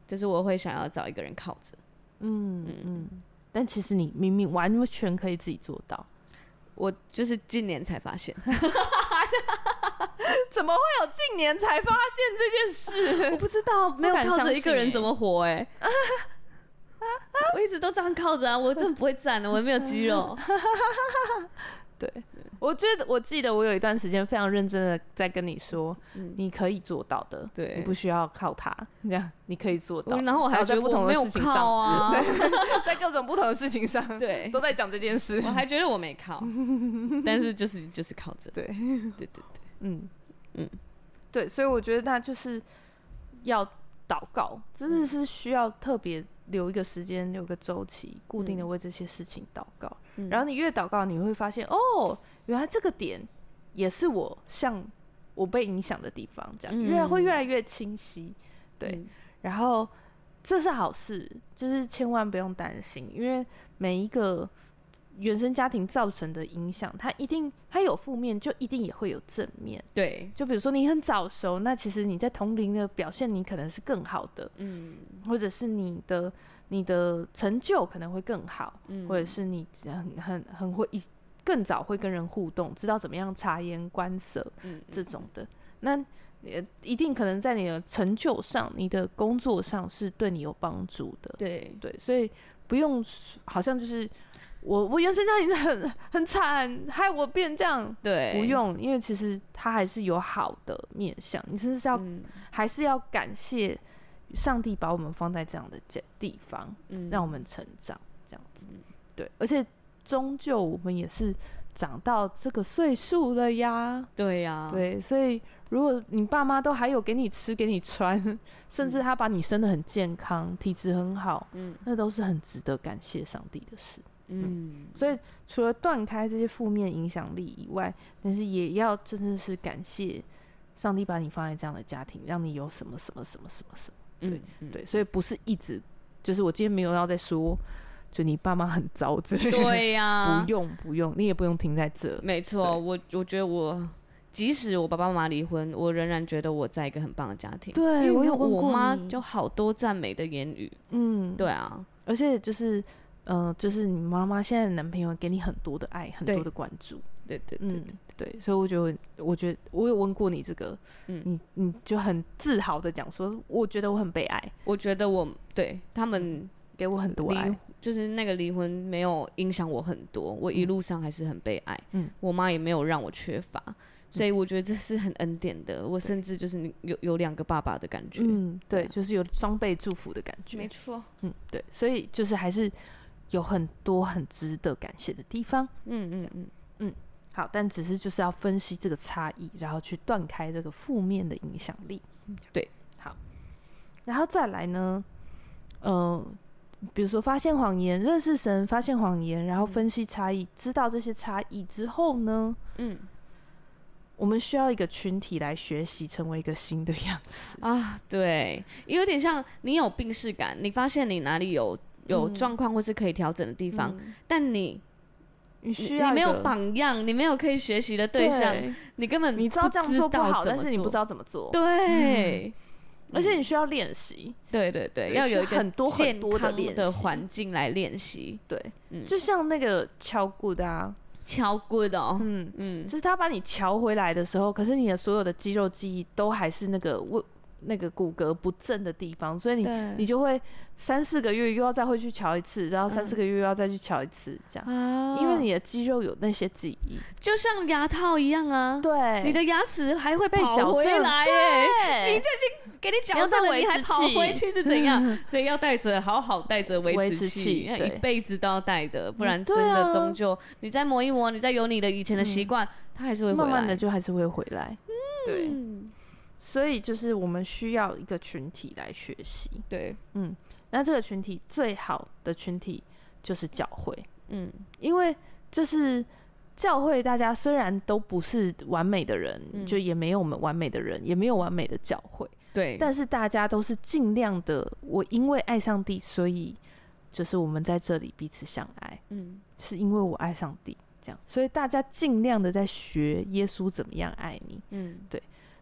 S2: 就是我会想要找一个人靠着。
S1: 嗯嗯，但其实你明明完全可以自己做到，
S2: 我就是近年才发现，
S1: 怎么会有近年才发现这件事？
S2: 我不知 道没有
S1: 敢
S2: 靠
S1: 相
S2: 着一个
S1: 信
S2: 人
S1: 欸
S2: 怎么活哎、 我一直都这样靠着啊，我真的不会站的，我也没有肌肉。
S1: 对，我觉得我记得我有一段时间非常认真的在跟你说，
S2: 嗯
S1: 你可以做到的，
S2: 对
S1: 你不需要靠他，这样你可以做到
S2: 我。然后我还
S1: 在
S2: 觉得
S1: 不
S2: 我
S1: 同
S2: 没
S1: 的
S2: 有
S1: 事情
S2: 靠
S1: 上，
S2: 啊，
S1: 在各种不同的事情上，
S2: 对
S1: 都在讲这件事
S2: 我。还觉得我没靠，但是就是就是靠 着，
S1: 对，
S2: 对对对，
S1: 嗯嗯
S2: 嗯，
S1: 对，所以我觉得那就是要祷告，真
S2: 嗯
S1: 的是需要特别留一个时间，留个周期，固定的
S2: 嗯
S1: 为这些事情祷告。
S2: 嗯
S1: 然后你越祷告，你会发现哦，原来这个点也是我像我被影响的地方，这样越来会越来越清晰。对，
S2: 嗯
S1: 然后这是好事，就是千万不用担心，因为每一个原生家庭造成的影响，它一定它有负面，就一定也会有正面。
S2: 对，
S1: 就比如说你很早熟，那其实你在同龄的表现，你可能是更好的，
S2: 嗯
S1: 或者是你的你的成就可能会更好。
S2: 嗯，
S1: 或者是你很很很会一更早会跟人互动，知道怎么样察言观色
S2: 嗯
S1: 这种的，那呃一定可能在你的成就上、你的工作上是对你有帮助的。
S2: 对
S1: 对，所以不用说好像就是我我原生家庭很很惨，害我变这样。
S2: 对，
S1: 不用，因为其实它还是有好的面相，你真的是要、
S2: 嗯，
S1: 还是要感谢上帝把我们放在这样的地地方，
S2: 嗯
S1: 让我们成长，这样子。对，而且终究我们也是长到这个岁数了呀。
S2: 对呀、，
S1: 对，所以如果你爸妈都还有给你吃、给你穿，甚至他把你生得很健康、体质很好，
S2: 嗯
S1: 那都是很值得感谢上帝的事。
S2: 嗯，
S1: 所以除了断开这些负面影响力以外，但是也要真的是感谢上帝把你放在这样的家庭，让你有什么什么什么什么什么。
S2: 嗯，嗯
S1: 对，所以不是一直就是我今天没有要再说，就你爸妈很糟之类的。
S2: 嗯对啊 嗯呀、
S1: 不用不用，你也不用停在这。
S2: 没错，
S1: 对
S2: 我我觉得我即使我爸爸妈妈离婚，我仍然觉得我在一个很棒的家庭。
S1: 对，
S2: 因
S1: 我
S2: 为
S1: 有问
S2: 我
S1: 过
S2: 妈
S1: 你
S2: 就好多赞美的言语。
S1: 嗯，
S2: 对啊，
S1: 而且就是，呃，就是你妈妈现在的男朋友给你很多的爱，很
S2: 对
S1: 多的关注，
S2: 对对对
S1: 嗯
S2: 对，
S1: 对，所以我觉得，我觉得我有问过你这个，
S2: 嗯
S1: 你你就很自豪的讲说，我觉得我很被爱，
S2: 我觉得我对他们
S1: 给嗯我很多
S2: 离
S1: 爱，
S2: 就是那个离婚没有影响我很多，我一路上还是很被爱，
S1: 嗯
S2: 我妈也没有让我缺乏，所以我觉得这是很恩典的。我甚至就是你有有两个爸爸的感觉，
S1: 嗯，
S2: 对啊
S1: 对，就是有双倍祝福的感觉，
S2: 错，
S1: 嗯，对，所以就是还是有很多很值得感谢的地方。
S2: 嗯嗯嗯，
S1: 好，但只是就是要分析这个差异，然后去断开这个负面的影响力。嗯
S2: 对，
S1: 好，然后再来呢，呃，比如说发现谎言、认识神、发现谎言，然后分析差异，知道这些差异之后呢，
S2: 嗯
S1: 我们需要一个群体来学习，成为一个新的样子。
S2: 啊，对，也有点像你有病视感，你发现你哪里有有
S1: 嗯
S2: 状况或是可以调整的地方，但你
S1: 你嗯需
S2: 你
S1: 要
S2: 没
S1: 一
S2: 有
S1: 个
S2: 榜样，你没有可以学习的对
S1: 对
S2: 象，你根本
S1: 你知道这样
S2: 不
S1: 做不
S2: 道
S1: 好，
S2: 怎
S1: 但
S2: 么
S1: 是你不
S2: 做
S1: 知道怎么做，
S2: 对。
S1: 而且你需要练习。
S2: 对对对，
S1: 对
S2: 要
S1: 需
S2: 有
S1: 要
S2: 一个
S1: 很多很
S2: 健
S1: 多的
S2: 康
S1: 练
S2: 的
S1: 习
S2: 环境来练习。
S1: 对，
S2: 嗯
S1: 就像那个敲鼓的啊，
S2: 敲 good 哦，
S1: 嗯，
S2: 嗯
S1: 就是他把你瞧回来的时候，可是你的所有的肌肉记忆都还是那个位那个骨骼不正的地方，所以你
S2: 对
S1: 你就会三四个月又要再会去瞧一次，然后三
S2: 嗯
S1: 四个月又要再去瞧一次，这样，
S2: 啊
S1: 因为你的肌肉有那些记忆，
S2: 就像牙套一样啊，
S1: 对，
S2: 你的牙齿还会
S1: 被
S2: 跑
S1: 矫
S2: 回
S1: 正
S2: 来耶，
S4: 对，
S2: 你就已经给你
S4: 你
S2: 矫
S4: 要
S2: 正
S4: 戴
S2: 了，
S4: 维
S2: 你还
S4: 持
S2: 跑回
S4: 器
S2: 去是怎样？所以要带着好好带着维
S1: 嗯维
S2: 持
S1: 持
S2: 器，
S1: 器
S2: 要一
S1: 对
S2: 辈子都要带的，
S1: 嗯
S2: 不然真
S1: 对
S2: 的
S1: 啊
S2: 终究你再磨一磨，你再有你的以前的习惯，它还是会回来。
S1: 慢慢的就还是会回来，对，
S2: 嗯，
S1: 所以就是我们需要一个群体来学习，
S2: 对，
S1: 那这个群体最好的群体就是教会，
S2: 嗯
S1: 因为就是教会，大家虽然都不是完美的人，
S2: 嗯
S1: 就也没有我们完美的人，也没有完美的教会，
S2: 对，
S1: 但是大家都是尽量的。我因为爱上帝，所以就是我们在这里彼此相爱，
S2: 嗯
S1: 是因为我爱上帝，这样，所以大家尽量的在学耶稣怎么样爱你。
S2: 嗯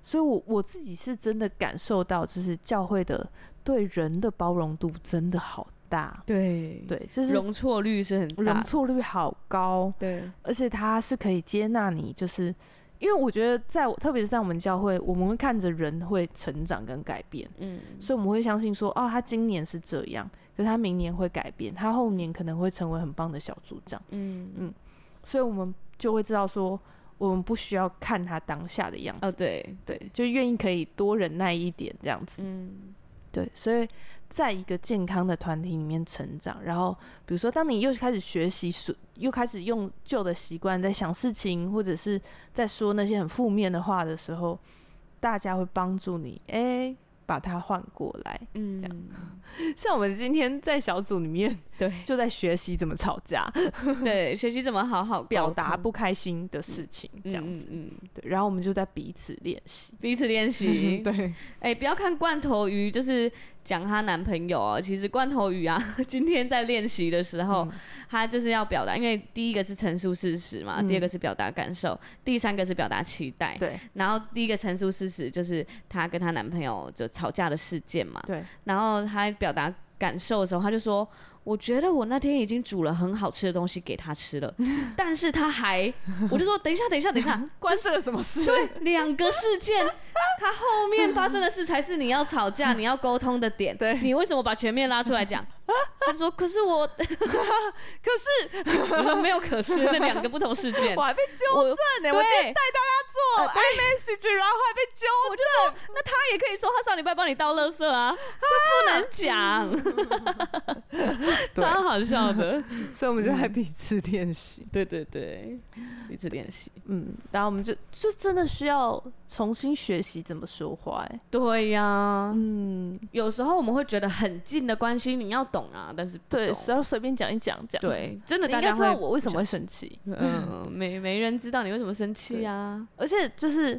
S1: 所以我，我自己是真的感受到，就是教会的对人的包容度真的好大，
S2: 对，
S1: 对，就是
S2: 嗯容错率是很大
S1: 容
S2: 的，
S1: 错率好高，
S2: 对，
S1: 而且他是可以接纳你，就是因为我觉得在我，特别是在我们教会，我们会看着人会成长跟改变，
S2: 嗯
S1: 所以我们会相信说，哦，他今年是这样，可是他明年会改变，他后年可能会成为很棒的小组长，
S2: 嗯嗯，
S1: 所以我们就会知道说，我们不需要看他当下的样子，
S2: 哦对，
S1: 对，就愿意可以多忍耐一点这样子，
S2: 嗯
S1: 对，所以在一个健康的团体里面成长，然后比如说，当你又开始学习说，又开始用旧的习惯在想事情，或者是在说那些很负面的话的时候，大家会帮助你，哎、把它换过来。这
S2: 嗯，
S1: 像我们今天在小组里面
S2: 对
S1: 就在学习怎么吵架，
S2: 对，学习怎么好好
S1: 表
S2: 沟
S1: 达
S2: 通
S1: 不开心的事情，这样
S2: 嗯
S1: 子。
S2: 嗯嗯
S1: 对，然后我们就在彼此练习。
S2: 彼此练习，
S1: 对，
S2: 哎、不要看罐头鱼，就是讲她男朋友哦。其实罐头鱼啊， 今天在练习的时候，
S1: 嗯
S2: 她就是要表达，因为第一个是陈述事实嘛，
S1: 嗯
S2: 第二个是表达感受，第三个是表达期待。
S1: 对
S2: 然后第一个陈述事实就是她跟她男朋友就吵架的事件嘛，
S1: 对，
S2: 然后她表达感受的时候，他就说：“我觉得我那天已经煮了很好吃的东西给他吃了，但是他还……我就说等一下，等一下，等一下，
S3: 关这个什么事？
S2: 对，两个事件，它后面发生的事才是你要吵架、你要沟通的点。
S3: 对
S2: 你为什么把前面拉出来讲？他说：“可是我，
S3: 可是
S2: 我说没有可是，那两个不同事件。”
S3: 我还被纠
S2: 我
S3: 正呢、欸
S2: 对呃
S3: 我今天带大家做 iMessage，然后还被纠 正。
S2: 那他也可以说他上礼拜帮你倒垃圾啊，就不能讲，
S1: 对
S2: 超好笑的。
S3: 所以我们就还彼此练习。
S2: 对对对，一次练习。
S1: 嗯，
S3: 然后我们就
S1: 就真的需要重新学习怎么说话、欸。
S2: 对呀、
S1: 嗯，
S2: 有时候我们会觉得很近的关系，你要懂啊， 但是不
S1: 对，
S2: 懂
S1: 只要随便讲一讲讲。，
S2: 对，真的
S1: 你
S2: 大
S1: 应该
S2: 家
S1: 知道
S2: 会
S1: 我为什么会生气，
S2: 嗯，没没人知道你为什么生气啊。
S1: 而且就是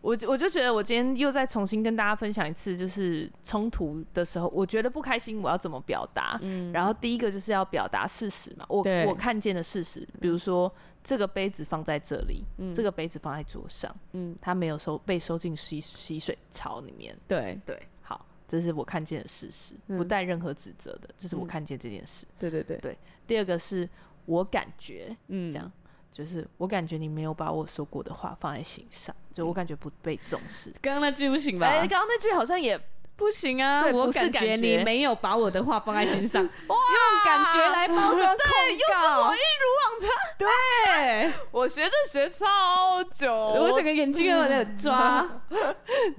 S1: 我就我就觉得我今天又再重新跟大家分享一次，就是冲突的时候，我觉得不开心，我要怎么表达？
S2: 嗯，
S1: 然后第一个就是要表达事实嘛，我
S2: 对
S1: 我看见的事实，比如说这个杯子放在这里，
S2: 嗯
S1: 这个杯子放在桌上，
S2: 嗯，
S1: 它没有收被收进洗洗水槽里面。
S2: 对
S1: 对，好，这是我看见的事实，不
S2: 嗯
S1: 带任何指责的，就是我
S2: 嗯
S1: 看见这件事。
S2: 对对对，
S1: 第二个是我感觉，
S2: 嗯，
S1: 这样就是我感觉你没有把我说过的话放在心上，就我感觉不被重视。
S2: 刚刚那句不行吧？
S1: 嗯哎、刚刚那句好像也
S2: 不行啊，
S1: 对
S2: 我
S1: 不是
S2: 感
S1: 感觉
S2: 觉你没有把我的话放在 心上，用感
S1: 啊
S2: 觉来包装控告，对，
S3: 我学这学超久，
S2: 哎我整个眼睛都有点抓，
S1: 哦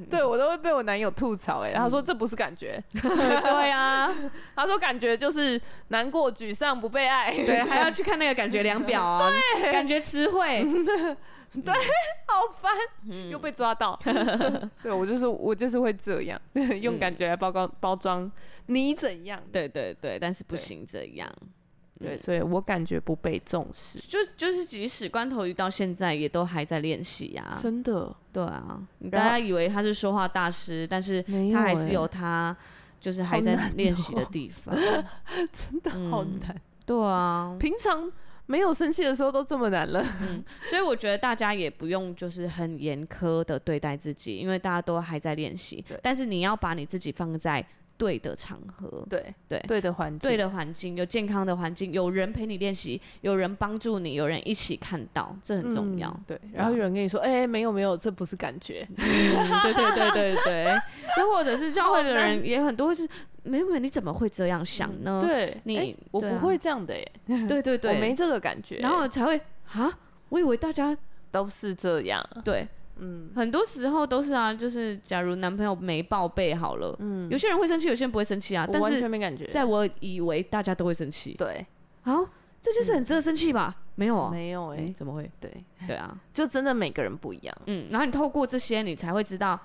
S1: 对我都会被我男友吐槽、哎，他说
S2: 嗯
S1: 这不是感 觉，
S3: 对啊，
S1: 他说感觉就是难过、沮丧、不被爱，
S2: 对，还要去看那 个感觉量表啊，感觉词汇，
S3: 好烦，
S2: 嗯
S3: 又被抓 到。对我就是我就是会这样，
S2: 嗯
S3: 用感觉来包装包装你怎样？
S2: 对对对，但是不行这样，嗯
S1: 对，所以我感觉不被重视，
S2: 就就是即使关头鱼到现在也都还在练习呀，
S1: 真的
S2: 对啊，大
S1: 然后
S2: 家以为他是说话大师，但是
S1: 没有
S2: 他还是
S1: 欸
S2: 有他就是还
S1: 好
S2: 在
S1: 难
S2: 练习的
S1: 哦
S2: 地方，
S1: 真的好
S2: 嗯
S1: 难。
S2: 对啊，
S1: 平常没有生气的时候都这么难了，
S2: 所以我觉得大家也不用就是很严苛的对待自己，因为大家都还在练习
S1: 对。
S2: 但是你要把你自己放在对的场合、
S1: 对
S2: 对
S1: 对的环境，
S2: 对的环境，有健康的环境，有人陪你练习，有人帮助你，有人一起看到，这很重要。
S1: 嗯对，然后有人跟你说，哎、没有没有，这不是感觉，
S2: 嗯 对对对对对，又或者是教会的人也很多会是，没有没有，你怎么会这样想呢？
S1: 对，
S2: 你
S1: 哎我
S2: 嗯对
S1: 不
S2: 啊
S1: 会这样的耶，
S2: 对对
S1: 嗯
S2: 对
S1: 我没这个感觉，嗯
S2: 然后才会啊，我以为大家
S1: 都是这样，
S2: 对，
S1: 嗯
S2: 很多时候都是啊，就是假如男朋友没报备好了，
S1: 嗯，
S2: 有些人会生气，有些人不会生气啊。
S1: 我
S2: 但
S1: 完
S2: 是
S1: 全没感觉，
S2: 在我以为大家都会生气，
S1: 对，嗯
S2: 好，这就是很值得生气吧？没有啊，
S1: 没有哎、
S2: 嗯 怎么会？
S1: 对，
S2: 对啊，
S1: 就真的每个人不一样，
S2: 嗯，然后你透过这些，你才会知道，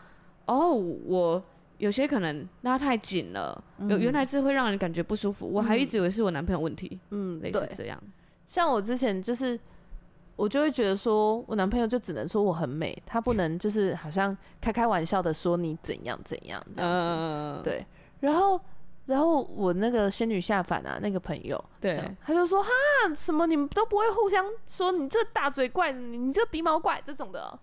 S2: 哦，我有些可能拉太紧了，
S1: 嗯
S2: 有原来这会让人感觉不舒服，我还一直以为是我男朋友问题，
S1: 嗯，
S2: 类似
S1: 对，
S2: 这样。
S1: 像我之前就是。我就会觉得说，我男朋友就只能说我很美，他不能就是好像开开玩笑的说你怎样怎样这样子。
S2: 嗯，
S1: 对，然后然后我那个仙女下凡啊，那个朋友，这
S2: 对
S1: 样，他就说哈什么你们都不会互相说你这大嘴怪，你你这鼻毛怪这种的。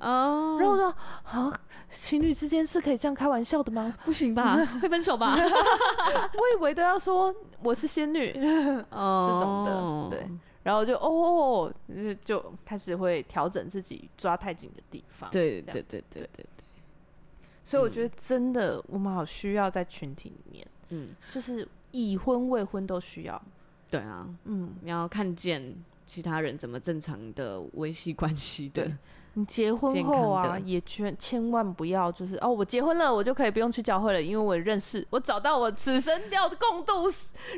S2: 哦，
S1: 然后我说啊，情侣之间是可以这样开玩笑的吗？
S2: 不 行吧？会分手吧？
S1: 我以为都要说我是仙女
S2: 哦
S1: 这种的，对。然后就哦，就就开始会调整自己抓太紧的地方。，
S2: 对
S1: 这样
S2: 对对对对对，
S1: 所以我觉得真的我们好需要在群体里面，
S2: 嗯，
S1: 就是已婚未婚都需要。
S2: 对啊，
S1: 嗯，
S2: 你要看见其他人怎么正常的维系关系的
S1: 对。你结婚
S2: 健
S1: 后
S2: 康
S1: 啊，
S2: 的
S1: 也千千万不要就是哦，我结婚了，我就可以不用去教会了，因为我认识，我找到我此生要共度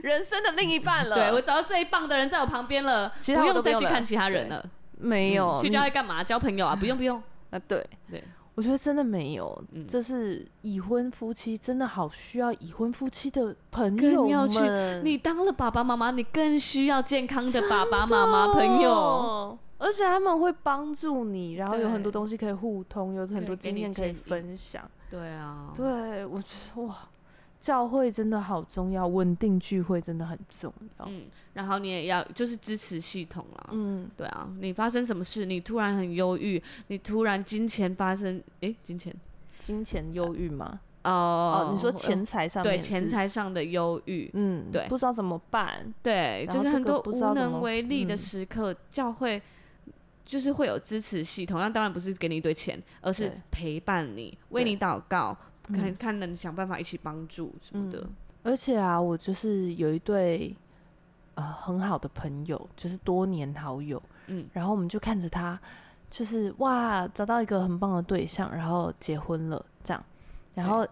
S1: 人生的另一半了。
S2: 对我找到最棒的人在我旁边了，
S1: 其他我
S2: 用
S1: 都不
S2: 再
S1: 用
S2: 去
S1: 了
S2: 看其他人了。
S1: 没有、
S2: 嗯去
S1: 你
S2: 教会干嘛？交朋友啊？不用不用。
S1: 啊，对
S2: 对，
S1: 我觉得真的没有，
S2: 嗯
S1: 这是已婚夫妻真的好需要已婚夫妻的朋
S2: 更
S1: 友
S2: 要去
S1: 们，
S2: 你当了爸爸妈妈，你更需要健康的爸爸妈妈
S1: 哦
S2: 朋友，。
S4: 哦
S1: 而且他们会帮助你，然后有很多
S2: 对
S1: 东西可以互通，有很
S2: 对
S1: 多
S2: 给
S1: 经
S2: 你
S1: 验可以
S2: 建议
S1: 分享。
S2: 对啊，
S1: 对，我觉得哇，教会真的好重要，稳定聚会真的很重要。
S2: 嗯，然后你也要就是支持系统啦。
S1: 嗯，
S2: 对啊，你发生什么事？你突然很忧郁，你突然金钱发生，诶，金钱
S1: 金钱忧郁吗？
S2: 哦呃
S1: 哦，你说钱财上面
S2: 对钱
S1: 是，
S2: 财上的忧郁，
S1: 嗯，
S2: 对
S1: 不知道怎么办，
S2: 对，
S1: 然后
S2: 就是
S1: 这
S2: 很
S1: 个
S2: 多
S1: 不知
S2: 无
S1: 道怎
S2: 能
S1: 么
S2: 为力的
S1: 嗯
S2: 时刻，教会就是会有支持系统，那当然不是给你一堆钱，而是
S1: 对
S2: 陪伴你，为
S1: 对
S2: 你祷告，看
S1: 嗯
S2: 看能想办法一起帮助什么的。
S1: 嗯而且啊，我就是有一对呃很好的朋友，就是多年好友，
S2: 嗯
S1: 然后我们就看着他，就是哇，找到一个很棒的对象，然后结婚了这样，然后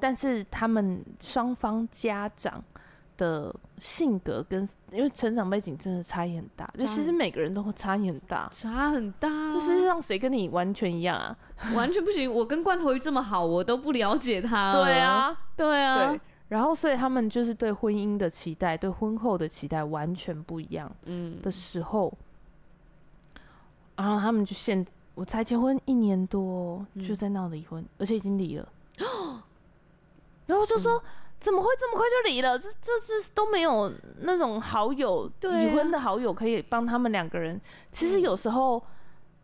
S1: 但是他们双方家长的性格跟因为成长背景真的差异很大，就
S2: 差
S1: 其实
S2: 很
S1: 每个人都会差异很大，
S2: 差很大啊，
S1: 这世界上谁跟你完全一样啊？
S2: 完全不行。我跟罐头鱼这么好，我都不了解他。
S1: 对，啊，
S2: 对啊，
S1: 对，然后所以他们就是对婚姻的期待，对婚后的期待完全不一样
S2: 嗯，
S1: 的时候，然后他们就现我才结婚一年多就
S2: 嗯
S1: 在闹离婚，而且已经 离了，然后就说。
S2: 嗯
S1: 怎么会这么快就离了？这这这都没有那种好友，
S2: 对
S1: 已婚
S2: 啊嗯
S1: 的好友可以帮他们两个人。其实有时候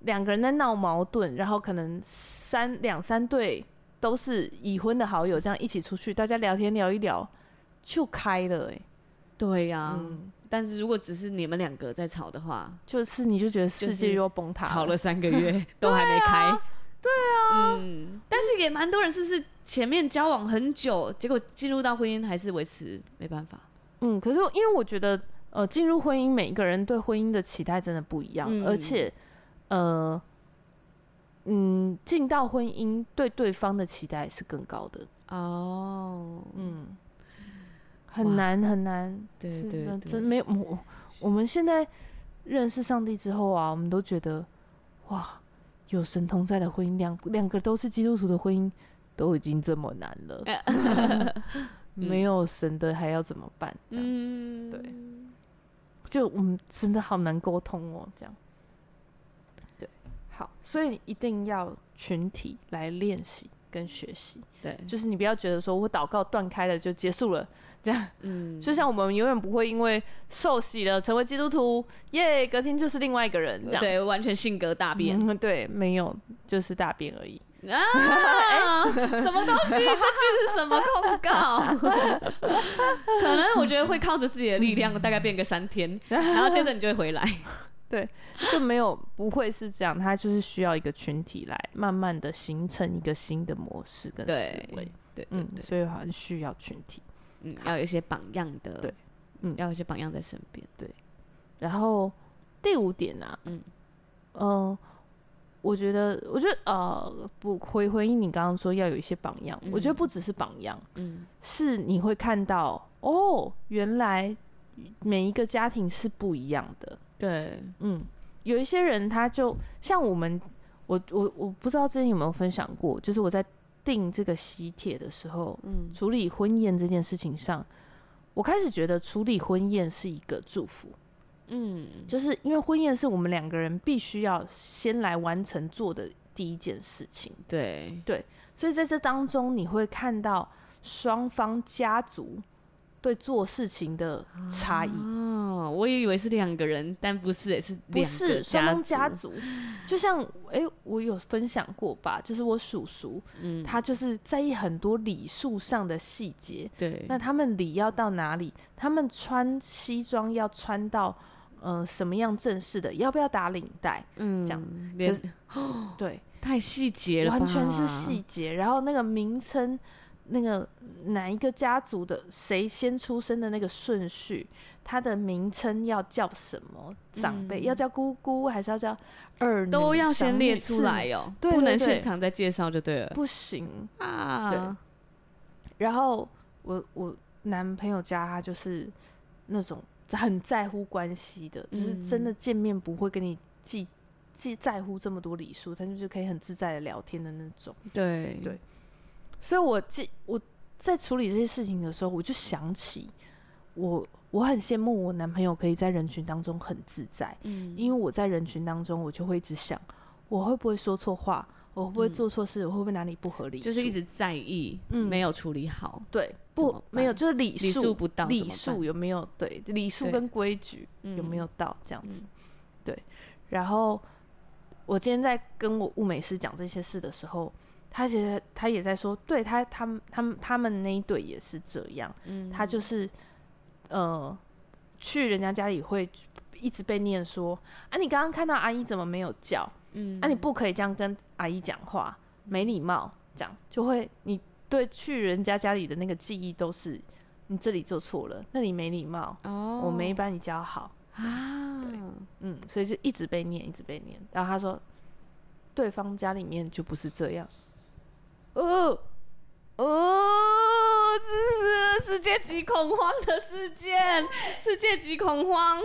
S1: 两个人在闹矛盾，然后可能三两三对都是已婚的好友，这样一起出去，大家聊天聊一聊就开了、欸，
S2: 对呀。
S1: 嗯，
S2: 但是如果只是你们两个在吵的话，
S1: 就是你就觉得
S2: 就
S1: 世
S2: 是
S1: 界又要崩塌
S2: 吵了三个 月都还没开。对啊，嗯，但是也蛮多人是不是前面交往很久，结果进入到婚姻还是维持没办法？
S1: 嗯，可是我因为我觉得，呃，进入婚姻，每一个人对婚姻的期待真的不一样，
S2: 嗯
S1: 而且，呃，嗯，进到婚姻对对方的期待是更高的，
S2: 哦，
S1: 嗯，
S2: 哇
S1: 很难很难，
S2: 对
S1: 是
S2: 对
S1: 真
S2: 对
S1: 真没有我，我们现在认识上帝之后啊，我们都觉得，哇，有神同在的婚姻，两两个都是基督徒的婚姻，都已经这么难了， 没有神的还要怎么办？这样。
S2: 嗯，
S1: 对就我们真的好难沟通哦，这样。对，好，所以一定要群体来练习跟学习，
S2: 对，
S1: 就是你不要觉得说我祷告断开了就结束了，这样。
S2: 嗯，
S1: 就像我们永远不会因为受洗了成为基督徒，耶，隔天就是另外一个人这样。
S2: 对，完全性格大变、
S1: 嗯，对，没有，就是大便而已。
S2: 啊！嗯什么东西？这句是什么控告？ 可能我觉得会靠着自己的力量，大概变个三 天，然后接着你就会回来。
S1: 就没有不会是这样，它就是需要一个群体来慢慢的形成一个新的模式跟思
S2: 对，
S1: 维
S2: 对。对
S1: 嗯，
S2: 对
S1: 所以很需要群体。
S2: 嗯，要有一些榜样的，
S1: 对，嗯
S2: 要有一些榜样在身边。
S1: 然后第五点啊，
S2: 嗯
S1: 嗯，呃，我觉得，我觉得呃，不回回应你刚刚说要有一些榜样，我觉得
S2: 嗯
S1: 不只是榜样，
S2: 嗯，
S1: 是你会看到哦，原来每一个家庭是不一样的，
S2: 对，
S1: 嗯，有一些人他就像我们，我我我不知道之前有没有分享过，就是我在订这个喜帖的时候，
S2: 嗯，
S1: 处理婚宴这件事情上，我开始觉得处理婚宴是一个祝福。
S2: 嗯，
S1: 就是因为婚宴是我们两个人必须要先来完成做的第一件事情，
S2: 对，
S1: 所以在这当中你会看到双方家族对做事情的差异，
S2: 哦，我也以为是两个人，但不是，也是
S1: 不
S2: 两个
S1: 是双方
S2: 家
S1: 家
S2: 族，
S1: 族。就像诶，我有分享过吧，就是我叔叔
S2: 嗯，
S1: 他就是在意很多礼数上的细节，
S2: 对，
S1: 那他们礼要到哪里？他们穿西装要穿到呃什么样正式的？要不要打领带？
S2: 嗯，
S1: 这样
S2: 连
S1: 可
S2: 哦
S1: 对。
S2: 太细节了，
S1: 完全是细，节。然后那个名称，那个哪一个家族的谁先出生的那个顺序，他的名称要叫什么？长辈、
S2: 嗯
S1: 要叫姑姑还是要叫二女？
S2: 都要先
S1: 长
S2: 列
S1: 女
S2: 出
S1: 次
S2: 来
S1: 女
S2: 哟，
S1: 哦对
S2: 不
S1: 对
S2: 能
S1: 对
S2: 现场再介绍就对了
S1: 不行。
S2: 啊，
S1: 然后我我男朋友家他就是那种很在乎关系的，
S2: 嗯
S1: 就是真的见面不会跟你记记在乎这么多礼数，他就是可以很自在的聊天的那种。
S2: 对
S1: 对所以我记我在处理这些事情的时候，我就想起我我很羡慕我男朋友可以在人群当中很自在，
S2: 嗯，
S1: 因为我在人群当中，我就会一直想我会不会说错话，我会不会
S2: 嗯
S1: 做错事，我会不会哪里不合理数，
S2: 就是一直在意，
S1: 嗯
S2: 没有处理好，
S1: 对
S2: 怎
S1: 不
S2: 么办
S1: 没有就是礼
S2: 礼数
S1: 数
S2: 不到，
S1: 礼数有没有对礼数
S2: 对
S1: 跟规矩有
S2: 有
S1: 没有？到这样子
S2: 嗯？
S1: 对，然后我今天在跟我物美师讲这些事的时候，
S5: 他其实他也在说，对他他们他们他们那一队也是这样，
S2: 嗯
S5: 他就是呃去人家家里会一直被念说啊，你刚刚看到阿姨怎么没有叫？
S2: 嗯
S5: 啊，你不可以这样跟阿姨讲话，
S1: 嗯
S5: 没礼貌，这样就会你对去人家家里的那个记忆都是你这里做错了，那里没礼貌，
S2: 哦，
S5: 我没把你教好，
S2: 啊，
S5: 嗯，所以就一直被念，一直被念。然后他说，对方家里面就不是这样，
S2: 哦哦，这是世界级恐慌的事 件，世界级恐慌。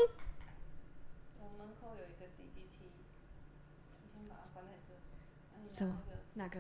S2: 我门口有一个 DDT，你先把它关在这。什么？哪个？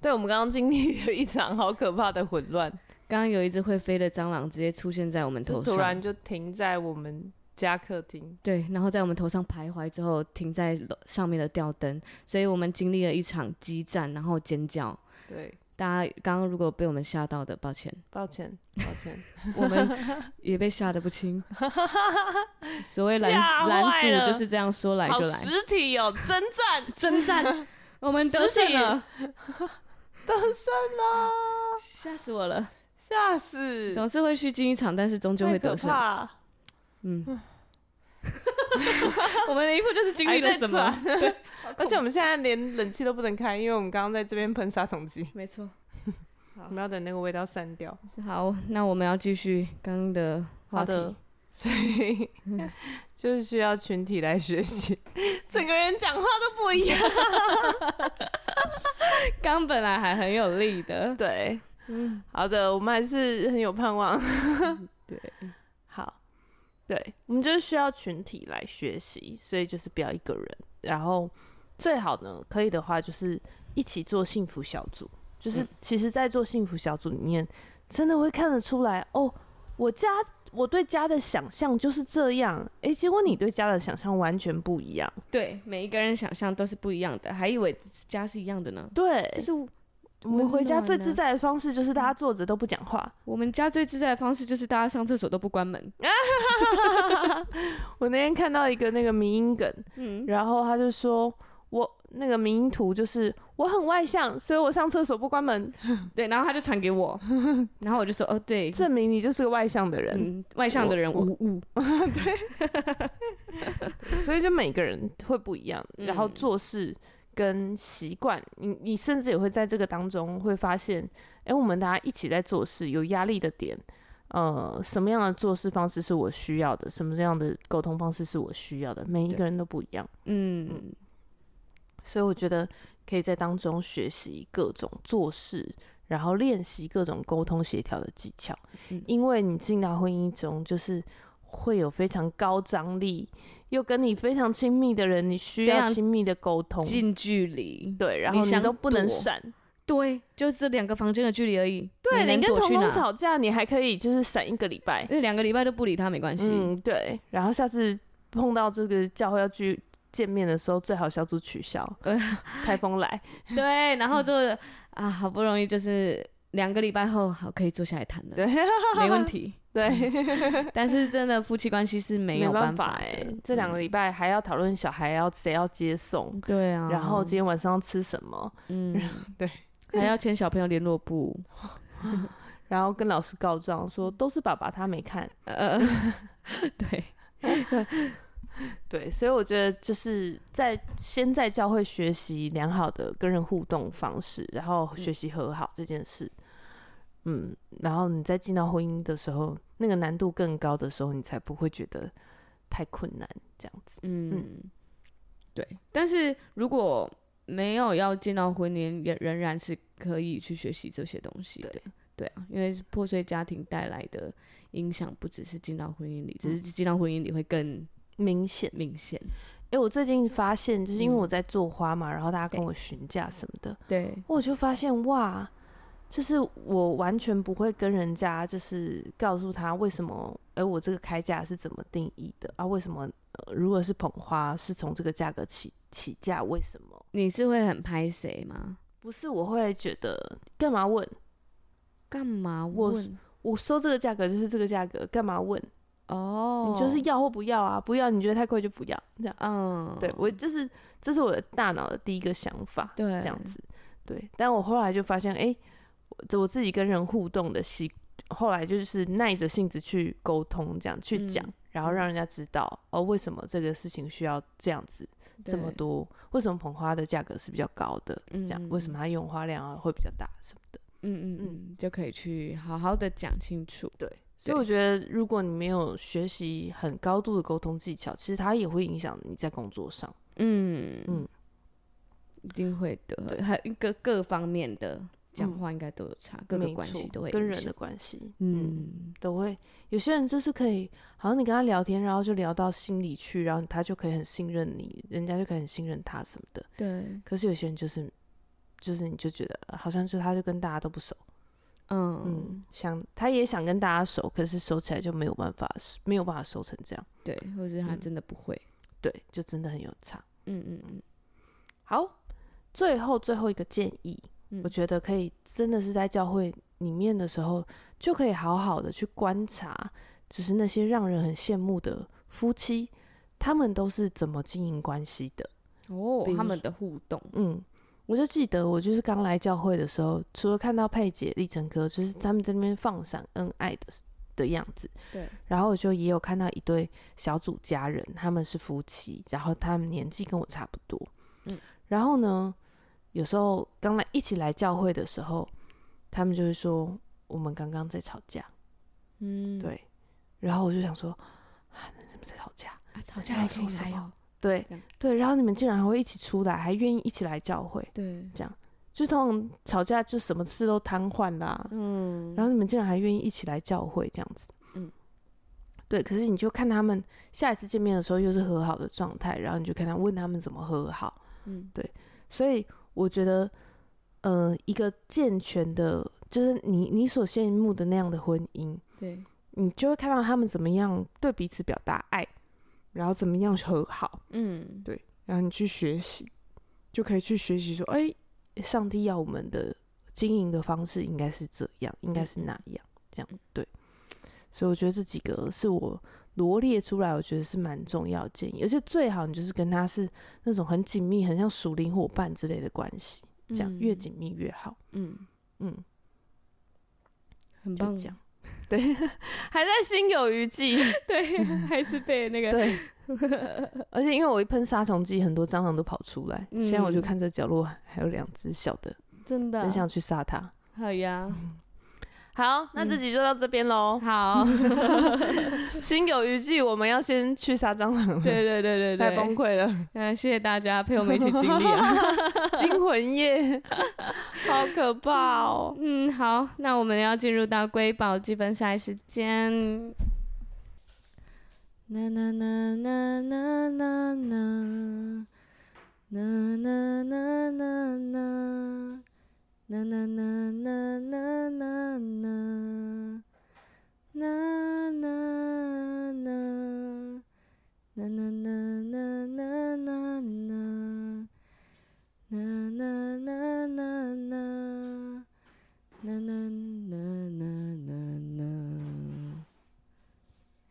S1: 对，我们刚刚经历了一场好可怕的混乱，
S2: 刚刚有一只会飞的蟑螂直接出现在我们
S1: 就
S2: 头
S1: 突然
S2: 上，
S1: 就停在我们家客厅。
S2: 对，然后在我们头上徘徊之后停在楼上面的吊灯，所以我们经历了一场激战，然后尖叫。
S1: 对，
S2: 大家刚刚如果被我们吓到的，抱 歉，
S5: 抱歉，抱 歉，
S2: 我们也被吓得不 轻。所谓拦
S1: 吓坏
S2: 拦
S1: 了
S2: 住就是这样说来
S1: 好
S2: 就来，
S1: 实体哦，征战
S2: 征 战，我们得胜了，
S1: 得胜了，
S2: 吓死我了！
S1: 吓死，
S2: 总是会虚惊一场，但是终究
S1: 太
S2: 会
S1: 可
S2: 得胜。
S1: 怕。
S2: 嗯， 我们的一副就是经历了
S1: 还在
S2: 什么？
S1: 而且我们现在连冷气都不能开，因为我们刚刚在这边喷杀虫剂，
S2: 没错，
S1: 我们要等那个味道散掉。
S2: 好，那我们要继续刚刚的话
S1: 好
S2: 题。
S1: 的，所以 就是需要群体来学习，嗯 整个人讲话都不一样。
S2: 刚本来还很有力的，
S1: 对，
S2: 嗯，
S1: 好的，我们还是很有盼望。
S2: 对，
S1: 好，对，我们就是需要群体来学习，所以就是不要一个人。然后最好呢，可以的话就是一起做幸福小组。
S2: 嗯
S1: 就是其实，在做幸福小组里面，真的会看得出来哦，我家我对家的想象就是这样，诶、结果你对家的想象完全不一样。
S2: 对，每一个人想象都是不一样的，还以为家是一样的呢。
S1: 对，
S2: 就是
S1: 我们回家
S2: 温暖
S1: 最
S2: 呢嗯
S1: 自在的方式就是大家坐着都不讲话。
S2: 我们家最自在的方式就是大家上厕所都不关门。
S1: 我那天看到一个那个迷音梗，
S2: 嗯，
S1: 然后他就说我那个迷音图就是我很外向，所以我上厕所不关 门，
S2: 对，然后他就传 给我，然后我就说，哦，对，
S1: 证明你就是个外向的人。
S2: 嗯，外向的人
S1: 我
S2: 无误。
S1: 所以就每个人会不一样，然后
S2: 嗯
S1: 做事跟习惯，你你甚至也会在这个当中会发现，哎、我们大家一起在做事，有压力的点，呃，什么样的做事方式是我需要的，什么样的沟通方式是我需要的，每一
S2: 对
S1: 个人都不一样。
S2: 嗯，
S1: 所以我觉得可以在当中学习各种做事，然后练习各种沟通协调的技巧。
S2: 嗯
S1: 因为你进到婚姻中，就是会有非常高张力，又跟你非常亲密的人，你需
S2: 非
S1: 要
S2: 常
S1: 亲密的沟通。
S2: 近距离，
S1: 对，然后你
S2: 想
S1: 都不能
S2: 躲
S1: 闪，
S2: 对，就这两个房间的距离而已。
S1: 对
S2: 能
S1: 你跟
S2: 躲
S1: 彤
S2: 去
S1: 彤
S2: 哪？
S1: 吵架，你还可以就是闪一个礼拜，
S2: 那两个礼拜都不理他没关系。
S1: 嗯，对。然后下次碰到这个教会要去见面的时候，最好小组取消
S2: 呃，
S1: 台风来，
S2: 对，然后就啊，好不容易就是两个礼拜后，好可以坐下来谈了，
S1: 对
S2: 没问题。 嗯
S1: 对。
S2: 但是真的夫妻关系是没有
S1: 办
S2: 法
S1: 哎、
S2: 的
S1: 这两个
S2: 嗯
S1: 礼拜还要讨论小孩要谁要接送，
S2: 对啊，
S1: 然后今天晚上要吃什么，
S2: 嗯，
S1: 对，
S2: 还要签小朋友联络簿，
S1: 然后跟老师告状说都是爸爸他没看，
S2: 呃， 对，
S1: 对，所以我觉得就是在先在教会学习良好的跟人互动方式，然
S2: 嗯
S1: 后学习和好这件事，嗯，然后你在进到婚姻的时候，那个难度更高的时候，你才不会觉得太困难这样子。
S2: 嗯，对。但是如果没有要进到婚姻，也仍然是可以去学习这些东西的
S1: 对。
S2: 对啊，因为破碎家庭带来的影响不只是进到婚姻里，只
S1: 嗯
S2: 是进到婚姻里会更
S1: 明显，
S2: 明显。
S1: 哎、我最近发现，就是因为
S2: 嗯
S1: 我在做花嘛，然后大家跟
S2: 对
S1: 我询价什么的，
S2: 对，
S1: 我就发现哇，就是我完全不会跟人家就是告诉他为什么，哎、我这个开价是怎么定义的啊？为什么、呃、如果是捧花是从这个价格起起价？为什么？
S2: 你是会很拍谁吗？
S1: 不是我会觉得干嘛问？
S2: 干嘛
S1: 我
S2: 问？
S1: 我说这个价格就是这个价格，干嘛问？
S2: 哦，
S1: 你就是要或不要啊？不要你觉得太贵就不要，这样。
S2: 嗯，
S1: 对我就是这是我的大脑的第一个想法，
S2: 对
S1: 这样子，对。但我后来就发现，哎、我这我自己跟人互动的习，后来就是耐着性子去沟通，这样去讲，
S2: 嗯
S1: 然后让人家知道哦，为什么这个事情需要这样子这么
S2: 对，
S1: 多，为什么捧花的价格是比较高的，这样、
S2: 嗯
S1: 为什么它用花量啊会比较大什么的，
S2: 嗯嗯嗯，就可以去好好的讲清楚。
S1: 对。所以我觉得，如果你没有学习很高度的沟通技巧，其实它也会影响你在工作上。嗯
S2: 嗯嗯，一定会的，还有各各方面的讲
S1: 嗯
S2: 话应该都有差，各个
S1: 没
S2: 关系
S1: 错
S2: 都会
S1: 跟
S2: 影
S1: 人的
S2: 响
S1: 关系，
S2: 嗯，
S1: 都会。有些人就是可以，好像你跟他聊天，然后就聊到心里去，然后他就可以很信任你，人家就可以很信任他什么的。
S2: 对，
S1: 可是有些人就是，就是你就觉得呃好像就他就跟大家都不熟，
S2: 嗯，
S1: 嗯，想他也想跟大家熟，可是熟起来就没有办法，没有办法熟成这样，
S2: 对，或者是他
S1: 嗯
S2: 真的不会，
S1: 对，就真的很有差。
S2: 嗯嗯嗯，
S1: 好，最后最后一个建议，
S2: 嗯
S1: 我觉得可以真的是在教会里面的时候，就可以好好的去观察，就是那些让人很羡慕的夫妻，他们都是怎么经营关系的。
S2: 哦
S1: 比，如
S2: 他们的互动，
S1: 嗯，我就记得我就是刚来教会的时候，除了看到佩姐、立成哥，就是他们在那边放闪恩爱的的样子，
S2: 对，
S1: 然后我就也有看到一对小组家人，他们是夫妻，然后他们年纪跟我差不多，
S2: 嗯，
S1: 然后呢，有时候刚来一起来教会的时候，他们就会说我们刚刚在吵架，
S2: 嗯，
S1: 对，然后我就想说啊，你们在吵架？
S2: 啊，吵
S1: 大家
S2: 架还
S1: 要
S2: 可
S1: 说
S2: 以
S1: 什
S2: 来
S1: 么
S2: 哦，
S1: 对
S2: 这样
S1: 对，然后你们竟然还会一起出来，还愿意一起来教会，
S2: 对，
S1: 就通常吵架就什么事都瘫痪啦，
S2: 嗯，
S1: 然后你们竟然还愿意一起来教会这样子，
S2: 嗯，
S1: 对。可是你就看他们下一次见面的时候又是和好的状态，然后你就看他问他们怎么和好。
S2: 嗯
S1: 所以我觉得，呃，一个健全的，就是你你所羡慕的那样的婚姻，
S2: 对，
S1: 你就会看到他们怎么样对彼此表达爱，然后怎么样和好，
S2: 嗯
S1: 对然后你去学习，就可以去学习说，哎、上帝要我们的经营的方式应该是这样，应
S2: 嗯
S1: 该是那样，这样对。所以我觉得这几个是我罗列出来，我觉得是蛮重要的建议，而且最好你就是跟他是那种很紧密，很像属灵伙伴之类的关系，这样、越
S2: 嗯
S1: 紧密越好。
S2: 嗯，
S1: 嗯，
S2: 很
S1: 就
S2: 棒
S1: 这，样。对， 还在心有余悸。
S2: 对，还是被那个，
S1: 对，而且因为我一喷杀虫剂，很多蟑螂都跑出来。现在我就
S2: 嗯
S1: 看这角落还有两只小的，
S2: 真的
S1: 很，想去杀它。
S2: 好呀，
S1: 好，那这
S2: 嗯
S1: 集就到这边喽。
S2: 好，
S1: 心有余悸，我们要先去杀蟑螂了，
S2: 对对对对
S1: 太崩
S2: 对，
S1: 溃了，
S2: 嗯，谢谢大家陪我们一起经历啊。
S1: 惊魂 夜，好可怕哦！
S2: 嗯，好，那我们要进入到瑰宝积分赛时间。啦啦啦啦啦啦啦，啦啦啦啦啦，啦啦啦啦啦啦啦，啦啦啦。啦啦啦啦啦啦啦，啦啦啦啦啦。啦啦啦啦啦啦。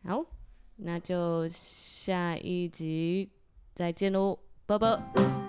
S2: 好，那就下一集再见喽，拜拜。